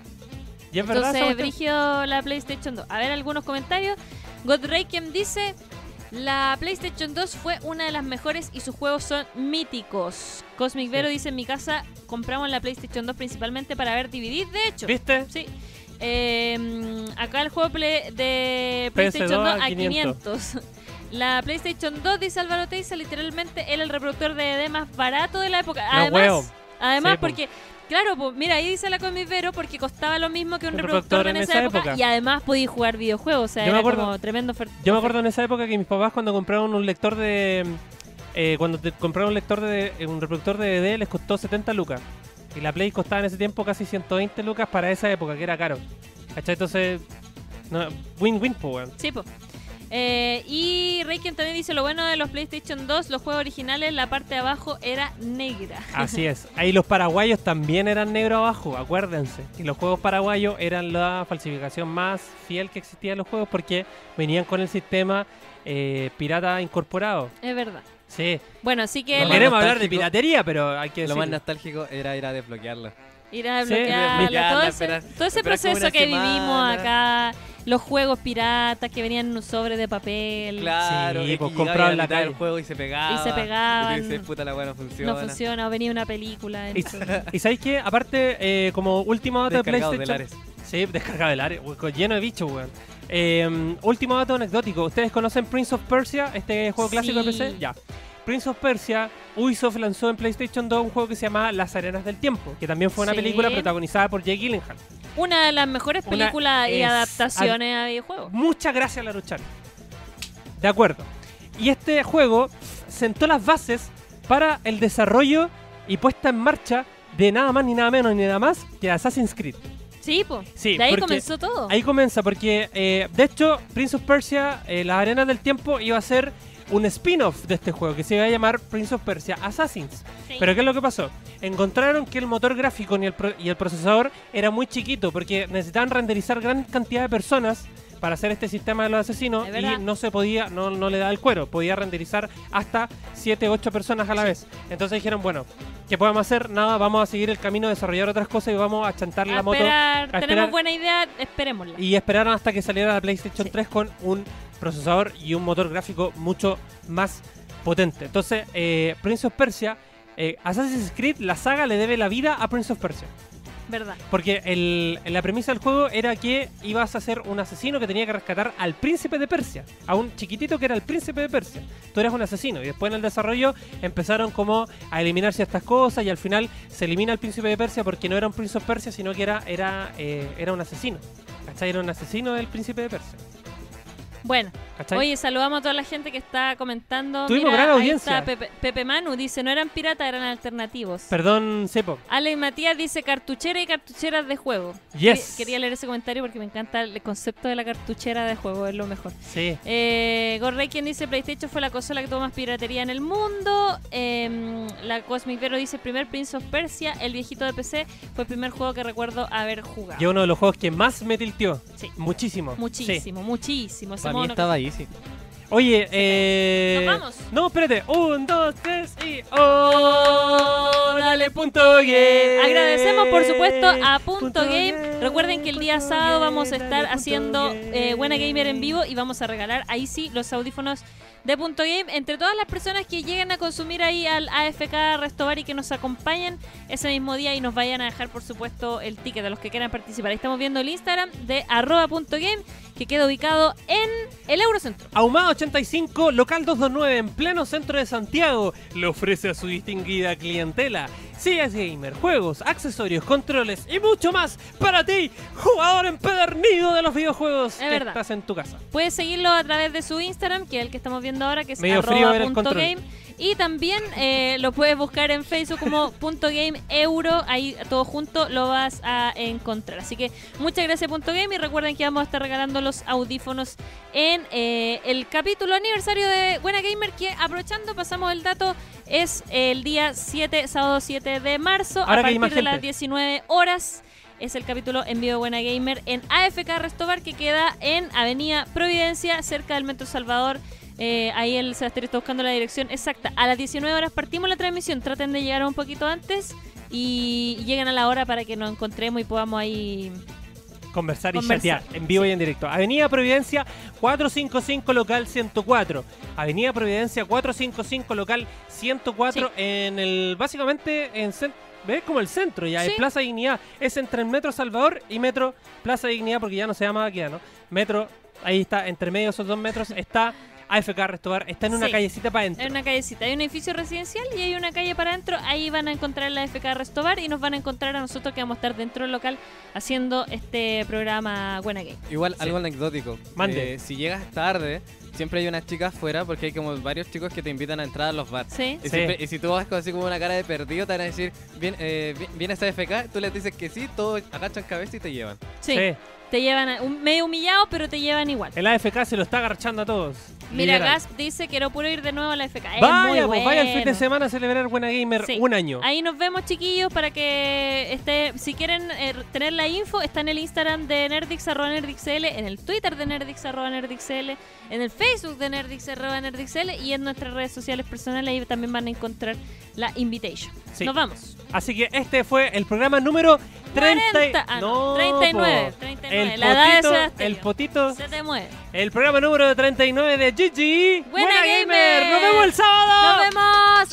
[SPEAKER 1] Y es verdad. esa
[SPEAKER 2] Entonces,
[SPEAKER 1] cuestión?
[SPEAKER 2] Brigio la PlayStation 2. A ver algunos comentarios. Godraken dice: La PlayStation 2 fue una de las mejores y sus juegos son míticos. Cosmic Vero dice: En mi casa compramos la PlayStation 2 principalmente para ver DVDs. De hecho,
[SPEAKER 1] ¿Viste?
[SPEAKER 2] sí. Eh, acá el juego ple- de PlayStation
[SPEAKER 1] PS2
[SPEAKER 2] 2 a
[SPEAKER 1] a 500.
[SPEAKER 2] 500. La PlayStation 2, dice Álvaro Teiza, literalmente era el reproductor de DVD más barato de la época.
[SPEAKER 1] No,
[SPEAKER 2] Además,
[SPEAKER 1] huevo.
[SPEAKER 2] Además,
[SPEAKER 1] Sí, po.
[SPEAKER 2] porque, claro, po, mira, ahí dice la Comic Vero porque costaba lo mismo que un
[SPEAKER 1] Un
[SPEAKER 2] reproductor,
[SPEAKER 1] reproductor
[SPEAKER 2] en,
[SPEAKER 1] en
[SPEAKER 2] esa,
[SPEAKER 1] esa
[SPEAKER 2] época,
[SPEAKER 1] época.
[SPEAKER 2] y además podías jugar videojuegos, o sea,
[SPEAKER 1] Yo me
[SPEAKER 2] era
[SPEAKER 1] acuerdo-
[SPEAKER 2] como tremendo ofer-
[SPEAKER 1] Yo me acuerdo en esa época que mis papás cuando compraron un lector de... eh, cuando te compraron un lector de... eh, un reproductor de DVD les costó 70 lucas. Y la Play costaba en ese tiempo casi 120 lucas para esa época, que era caro. ¿Cachai? Entonces... no, Win-win, pues, weón.
[SPEAKER 2] Sí, po. Eh, y Reiken también dice lo bueno de los PlayStation 2, los juegos originales, la parte de abajo era negra.
[SPEAKER 1] Así es. Ahí los paraguayos también eran negro abajo, acuérdense. Y los juegos paraguayos eran la falsificación más fiel que existía en los juegos porque venían con el sistema eh, pirata incorporado.
[SPEAKER 2] Es verdad.
[SPEAKER 1] Sí.
[SPEAKER 2] Bueno, así que
[SPEAKER 1] No
[SPEAKER 2] él
[SPEAKER 3] más
[SPEAKER 1] queremos hablar de
[SPEAKER 3] nostálgico-
[SPEAKER 1] piratería, pero hay que
[SPEAKER 3] Lo
[SPEAKER 1] decir.
[SPEAKER 3] más nostálgico era ir a desbloquearla.
[SPEAKER 2] ir a
[SPEAKER 1] Sí,
[SPEAKER 2] bloquearla,
[SPEAKER 1] ya,
[SPEAKER 2] todo,
[SPEAKER 3] anda,
[SPEAKER 2] ese,
[SPEAKER 3] espera-
[SPEAKER 2] todo ese
[SPEAKER 3] espera como
[SPEAKER 2] proceso
[SPEAKER 3] una
[SPEAKER 2] que vivimos
[SPEAKER 3] semana.
[SPEAKER 2] acá, los juegos piratas que venían en un sobre de papel
[SPEAKER 3] Claro,
[SPEAKER 1] Sí,
[SPEAKER 3] y
[SPEAKER 1] pues,
[SPEAKER 3] que
[SPEAKER 1] comprado
[SPEAKER 3] llegaba
[SPEAKER 1] en
[SPEAKER 3] la
[SPEAKER 1] la
[SPEAKER 3] mitad del
[SPEAKER 1] calle.
[SPEAKER 3] juego y se pegaba.
[SPEAKER 2] y se pegaban,
[SPEAKER 3] Y tú dices, puta, la weá no funciona.
[SPEAKER 2] no funciona, o venía una película.
[SPEAKER 1] Y,
[SPEAKER 2] entonces-
[SPEAKER 1] y sabéis que, aparte, eh, como último dato de
[SPEAKER 3] Descargado
[SPEAKER 1] PlayStation.
[SPEAKER 3] de Lares.
[SPEAKER 1] Sí, descargado del área, weón, lleno de bichos, weón. Eh, último dato anecdótico. ¿Ustedes conocen Prince of Persia, este juego clásico
[SPEAKER 2] Sí.
[SPEAKER 1] de PC? Ya. Prince of Persia, Ubisoft lanzó en PlayStation 2 un juego que se llamaba Las Arenas del Tiempo, que también fue una
[SPEAKER 2] Sí.
[SPEAKER 1] película protagonizada por Jake Gyllenhaal.
[SPEAKER 2] Una de las mejores
[SPEAKER 1] Una
[SPEAKER 2] películas y
[SPEAKER 1] es-
[SPEAKER 2] adaptaciones a videojuegos.
[SPEAKER 1] Muchas gracias, Laruchan. De acuerdo. Y este juego sentó las bases para el desarrollo y puesta en marcha de nada más ni nada menos ni nada más que Assassin's Creed.
[SPEAKER 2] Sí, po.
[SPEAKER 1] Sí,
[SPEAKER 2] de ahí
[SPEAKER 1] porque
[SPEAKER 2] comenzó todo.
[SPEAKER 1] Ahí comienza, porque eh, de hecho, Prince of Persia, eh, las arenas del tiempo, iba a ser un spin-off de este juego que se iba a llamar Prince of Persia Assassins.
[SPEAKER 2] Sí.
[SPEAKER 1] Pero ¿qué es lo que pasó? Encontraron que el motor gráfico ni el pro- y el procesador era muy chiquito porque necesitaban renderizar gran cantidad de personas para hacer este sistema de los asesinos
[SPEAKER 2] Es verdad.
[SPEAKER 1] y no se podía, no, no le daba el cuero, podía renderizar hasta 7, 8 personas a la vez. Entonces dijeron, bueno, ¿qué podemos hacer? Nada, vamos a seguir el camino, desarrollar otras cosas y vamos a chantar
[SPEAKER 2] A
[SPEAKER 1] la moto
[SPEAKER 2] esperar,
[SPEAKER 1] a
[SPEAKER 2] tenemos
[SPEAKER 1] esperar.
[SPEAKER 2] buena idea, esperémosla.
[SPEAKER 1] y esperaron hasta que saliera la PlayStation
[SPEAKER 2] Sí.
[SPEAKER 1] 3 con un procesador y un motor gráfico mucho más potente. Entonces, eh, Prince of Persia, eh, Assassin's Creed, la saga le debe la vida a Prince of Persia.
[SPEAKER 2] ¿Verdad?
[SPEAKER 1] Porque el- la premisa del juego era que ibas a ser un asesino que tenía que rescatar al príncipe de Persia, a un chiquitito que era el príncipe de Persia. Tú eras un asesino y después en el desarrollo empezaron como a eliminar ciertas cosas y al final se elimina el príncipe de Persia porque no era un príncipe de Persia, sino que era, era, eh, era un asesino. ¿Cachai? Era un asesino del príncipe de Persia.
[SPEAKER 2] Bueno,
[SPEAKER 1] ¿Cachai?
[SPEAKER 2] oye, saludamos a toda la gente que está comentando.
[SPEAKER 1] Tuvimos
[SPEAKER 2] Mira,
[SPEAKER 1] gran
[SPEAKER 2] ahí
[SPEAKER 1] audiencia.
[SPEAKER 2] está Pepe, Pepe Manu dice, no eran piratas, eran alternativos.
[SPEAKER 1] Perdón, Cepo.
[SPEAKER 2] Ale y Matías dice cartuchera y cartucheras de juego.
[SPEAKER 1] Yes.
[SPEAKER 2] Que- Quería leer ese comentario porque me encanta el concepto de la cartuchera de juego, es lo mejor.
[SPEAKER 1] Sí.
[SPEAKER 2] Eh, Gorrey quien dice PlayStation fue la consola que tuvo más piratería en el mundo. Em, la Cosmic Vero dice primer Prince of Persia, el viejito de PC, fue el primer juego que recuerdo haber jugado.
[SPEAKER 1] Y es uno de los juegos que más me tilteó.
[SPEAKER 2] Sí.
[SPEAKER 1] Muchísimo. Sí.
[SPEAKER 2] Muchísimo, muchísimo. Ese
[SPEAKER 3] Para mí
[SPEAKER 2] mono que-
[SPEAKER 3] estaba ahí, sí.
[SPEAKER 1] Oye, eh.
[SPEAKER 2] Nos vamos.
[SPEAKER 1] No, espérate. Un, dos, tres y. ¡Oh! Dale punto game.
[SPEAKER 2] Agradecemos por supuesto a Punto, Game.
[SPEAKER 1] Game,
[SPEAKER 2] Recuerden que el día
[SPEAKER 1] Punto
[SPEAKER 2] sábado
[SPEAKER 1] Game,
[SPEAKER 2] vamos a
[SPEAKER 1] dale
[SPEAKER 2] estar
[SPEAKER 1] Punto
[SPEAKER 2] haciendo
[SPEAKER 1] Game.
[SPEAKER 2] eh, Buena Gamer en vivo y vamos a regalar ahí sí los audífonos de Punto Game entre todas las personas que lleguen a consumir ahí al AFK Restobar y que nos acompañen ese mismo día y nos vayan a dejar por supuesto el ticket a los que quieran participar. Ahí estamos viendo el Instagram de arroba punto game que queda ubicado en el Eurocentro.
[SPEAKER 1] Ahumada 85, local 229, en pleno centro de Santiago, le ofrece a su distinguida clientela sillas gamer, juegos, accesorios, controles y mucho más para ti, jugador empedernido de los videojuegos
[SPEAKER 2] Es
[SPEAKER 1] que
[SPEAKER 2] verdad.
[SPEAKER 1] estás en tu casa.
[SPEAKER 2] Puedes seguirlo a través de su Instagram, que es el que estamos viendo ahora, que es
[SPEAKER 1] Medio frío
[SPEAKER 2] arroba
[SPEAKER 1] era el
[SPEAKER 2] punto
[SPEAKER 1] control.
[SPEAKER 2] game. Y también eh, lo puedes buscar en Facebook como punto game euro. Ahí todo junto lo vas a encontrar. Así que muchas gracias punto game y recuerden que vamos a estar regalando los audífonos en eh, el capítulo aniversario de Buena Gamer, que aprovechando pasamos el dato, es el día 7, sábado 7 de marzo,
[SPEAKER 1] Ahora
[SPEAKER 2] a
[SPEAKER 1] que hay
[SPEAKER 2] partir
[SPEAKER 1] más
[SPEAKER 2] de las
[SPEAKER 1] gente.
[SPEAKER 2] 19 horas. Es el capítulo en vivo de Buena Gamer en AFK Restobar que queda en Avenida Providencia, cerca del Metro Salvador. Eh, ahí el Sebastián está buscando la dirección exacta. A las 19 horas partimos la transmisión. Traten de llegar un poquito antes y lleguen a la hora para que nos encontremos y podamos ahí.
[SPEAKER 1] Conversar y
[SPEAKER 2] Conversar,
[SPEAKER 1] chatear en vivo y en directo. Avenida Providencia 455, local 104. Avenida Providencia 455, local 104, en el. básicamente en cen- ¿Ves? Como el centro ya,
[SPEAKER 2] Sí.
[SPEAKER 1] es Plaza Dignidad. Es entre el Metro Salvador y Metro Plaza Dignidad, porque ya no se llama aquí, ¿no? Metro, ahí está, entre medio de esos dos metros está AFK Restobar. Está en una
[SPEAKER 2] Sí.
[SPEAKER 1] callecita para
[SPEAKER 2] Hay
[SPEAKER 1] adentro.
[SPEAKER 2] una callecita, hay un edificio residencial y hay una calle para adentro. Ahí van a encontrar la FK Restobar y nos van a encontrar a nosotros que vamos a estar dentro del local haciendo este programa Buena Game.
[SPEAKER 3] Igual
[SPEAKER 1] Sí.
[SPEAKER 3] algo anecdótico.
[SPEAKER 1] Mande.
[SPEAKER 3] Eh, si llegas tarde, siempre hay unas chicas afuera porque hay como varios chicos que te invitan a entrar a los bars.
[SPEAKER 2] ¿Sí?
[SPEAKER 1] Sí.
[SPEAKER 3] Y, siempre- y si tú vas con así como una cara de perdido, te van a decir, "Vien- eh, vi- ¿vienes a FK? Tú les dices que sí, todos agachan cabeza y te llevan.
[SPEAKER 2] Sí.
[SPEAKER 1] Sí.
[SPEAKER 2] Te llevan a- un, medio humillado, pero te llevan igual.
[SPEAKER 1] El AFK se lo está agarchando a todos.
[SPEAKER 2] Mira,
[SPEAKER 1] Literal.
[SPEAKER 2] Gasp dice, quiero puro ir de nuevo a la FK. Es muy
[SPEAKER 1] Vaya, pues, vaya el fin de
[SPEAKER 2] bueno.
[SPEAKER 1] semana a celebrar Buena Gamer
[SPEAKER 2] Sí.
[SPEAKER 1] un año.
[SPEAKER 2] Ahí nos vemos, chiquillos, para que esté, si quieren eh, tener la info, está en el Instagram de Nerdix, arroba NerdixL, en el Twitter de Nerdix, arroba NerdixL, en el Facebook de Nerdix, arroba NerdixL y en nuestras redes sociales personales, ahí también van a encontrar la invitation.
[SPEAKER 1] Sí.
[SPEAKER 2] Nos vamos.
[SPEAKER 1] Así que este fue el programa número 30,
[SPEAKER 2] 40, ah, no, 39,
[SPEAKER 1] po.
[SPEAKER 2] 39,
[SPEAKER 1] El
[SPEAKER 2] la edad de
[SPEAKER 1] potito,
[SPEAKER 2] Sebastián.
[SPEAKER 1] el potito,
[SPEAKER 2] Se te mueve.
[SPEAKER 1] el programa número 39 de Gigi.
[SPEAKER 2] Buena Gamer.
[SPEAKER 1] Nos vemos el sábado.
[SPEAKER 2] Nos vemos.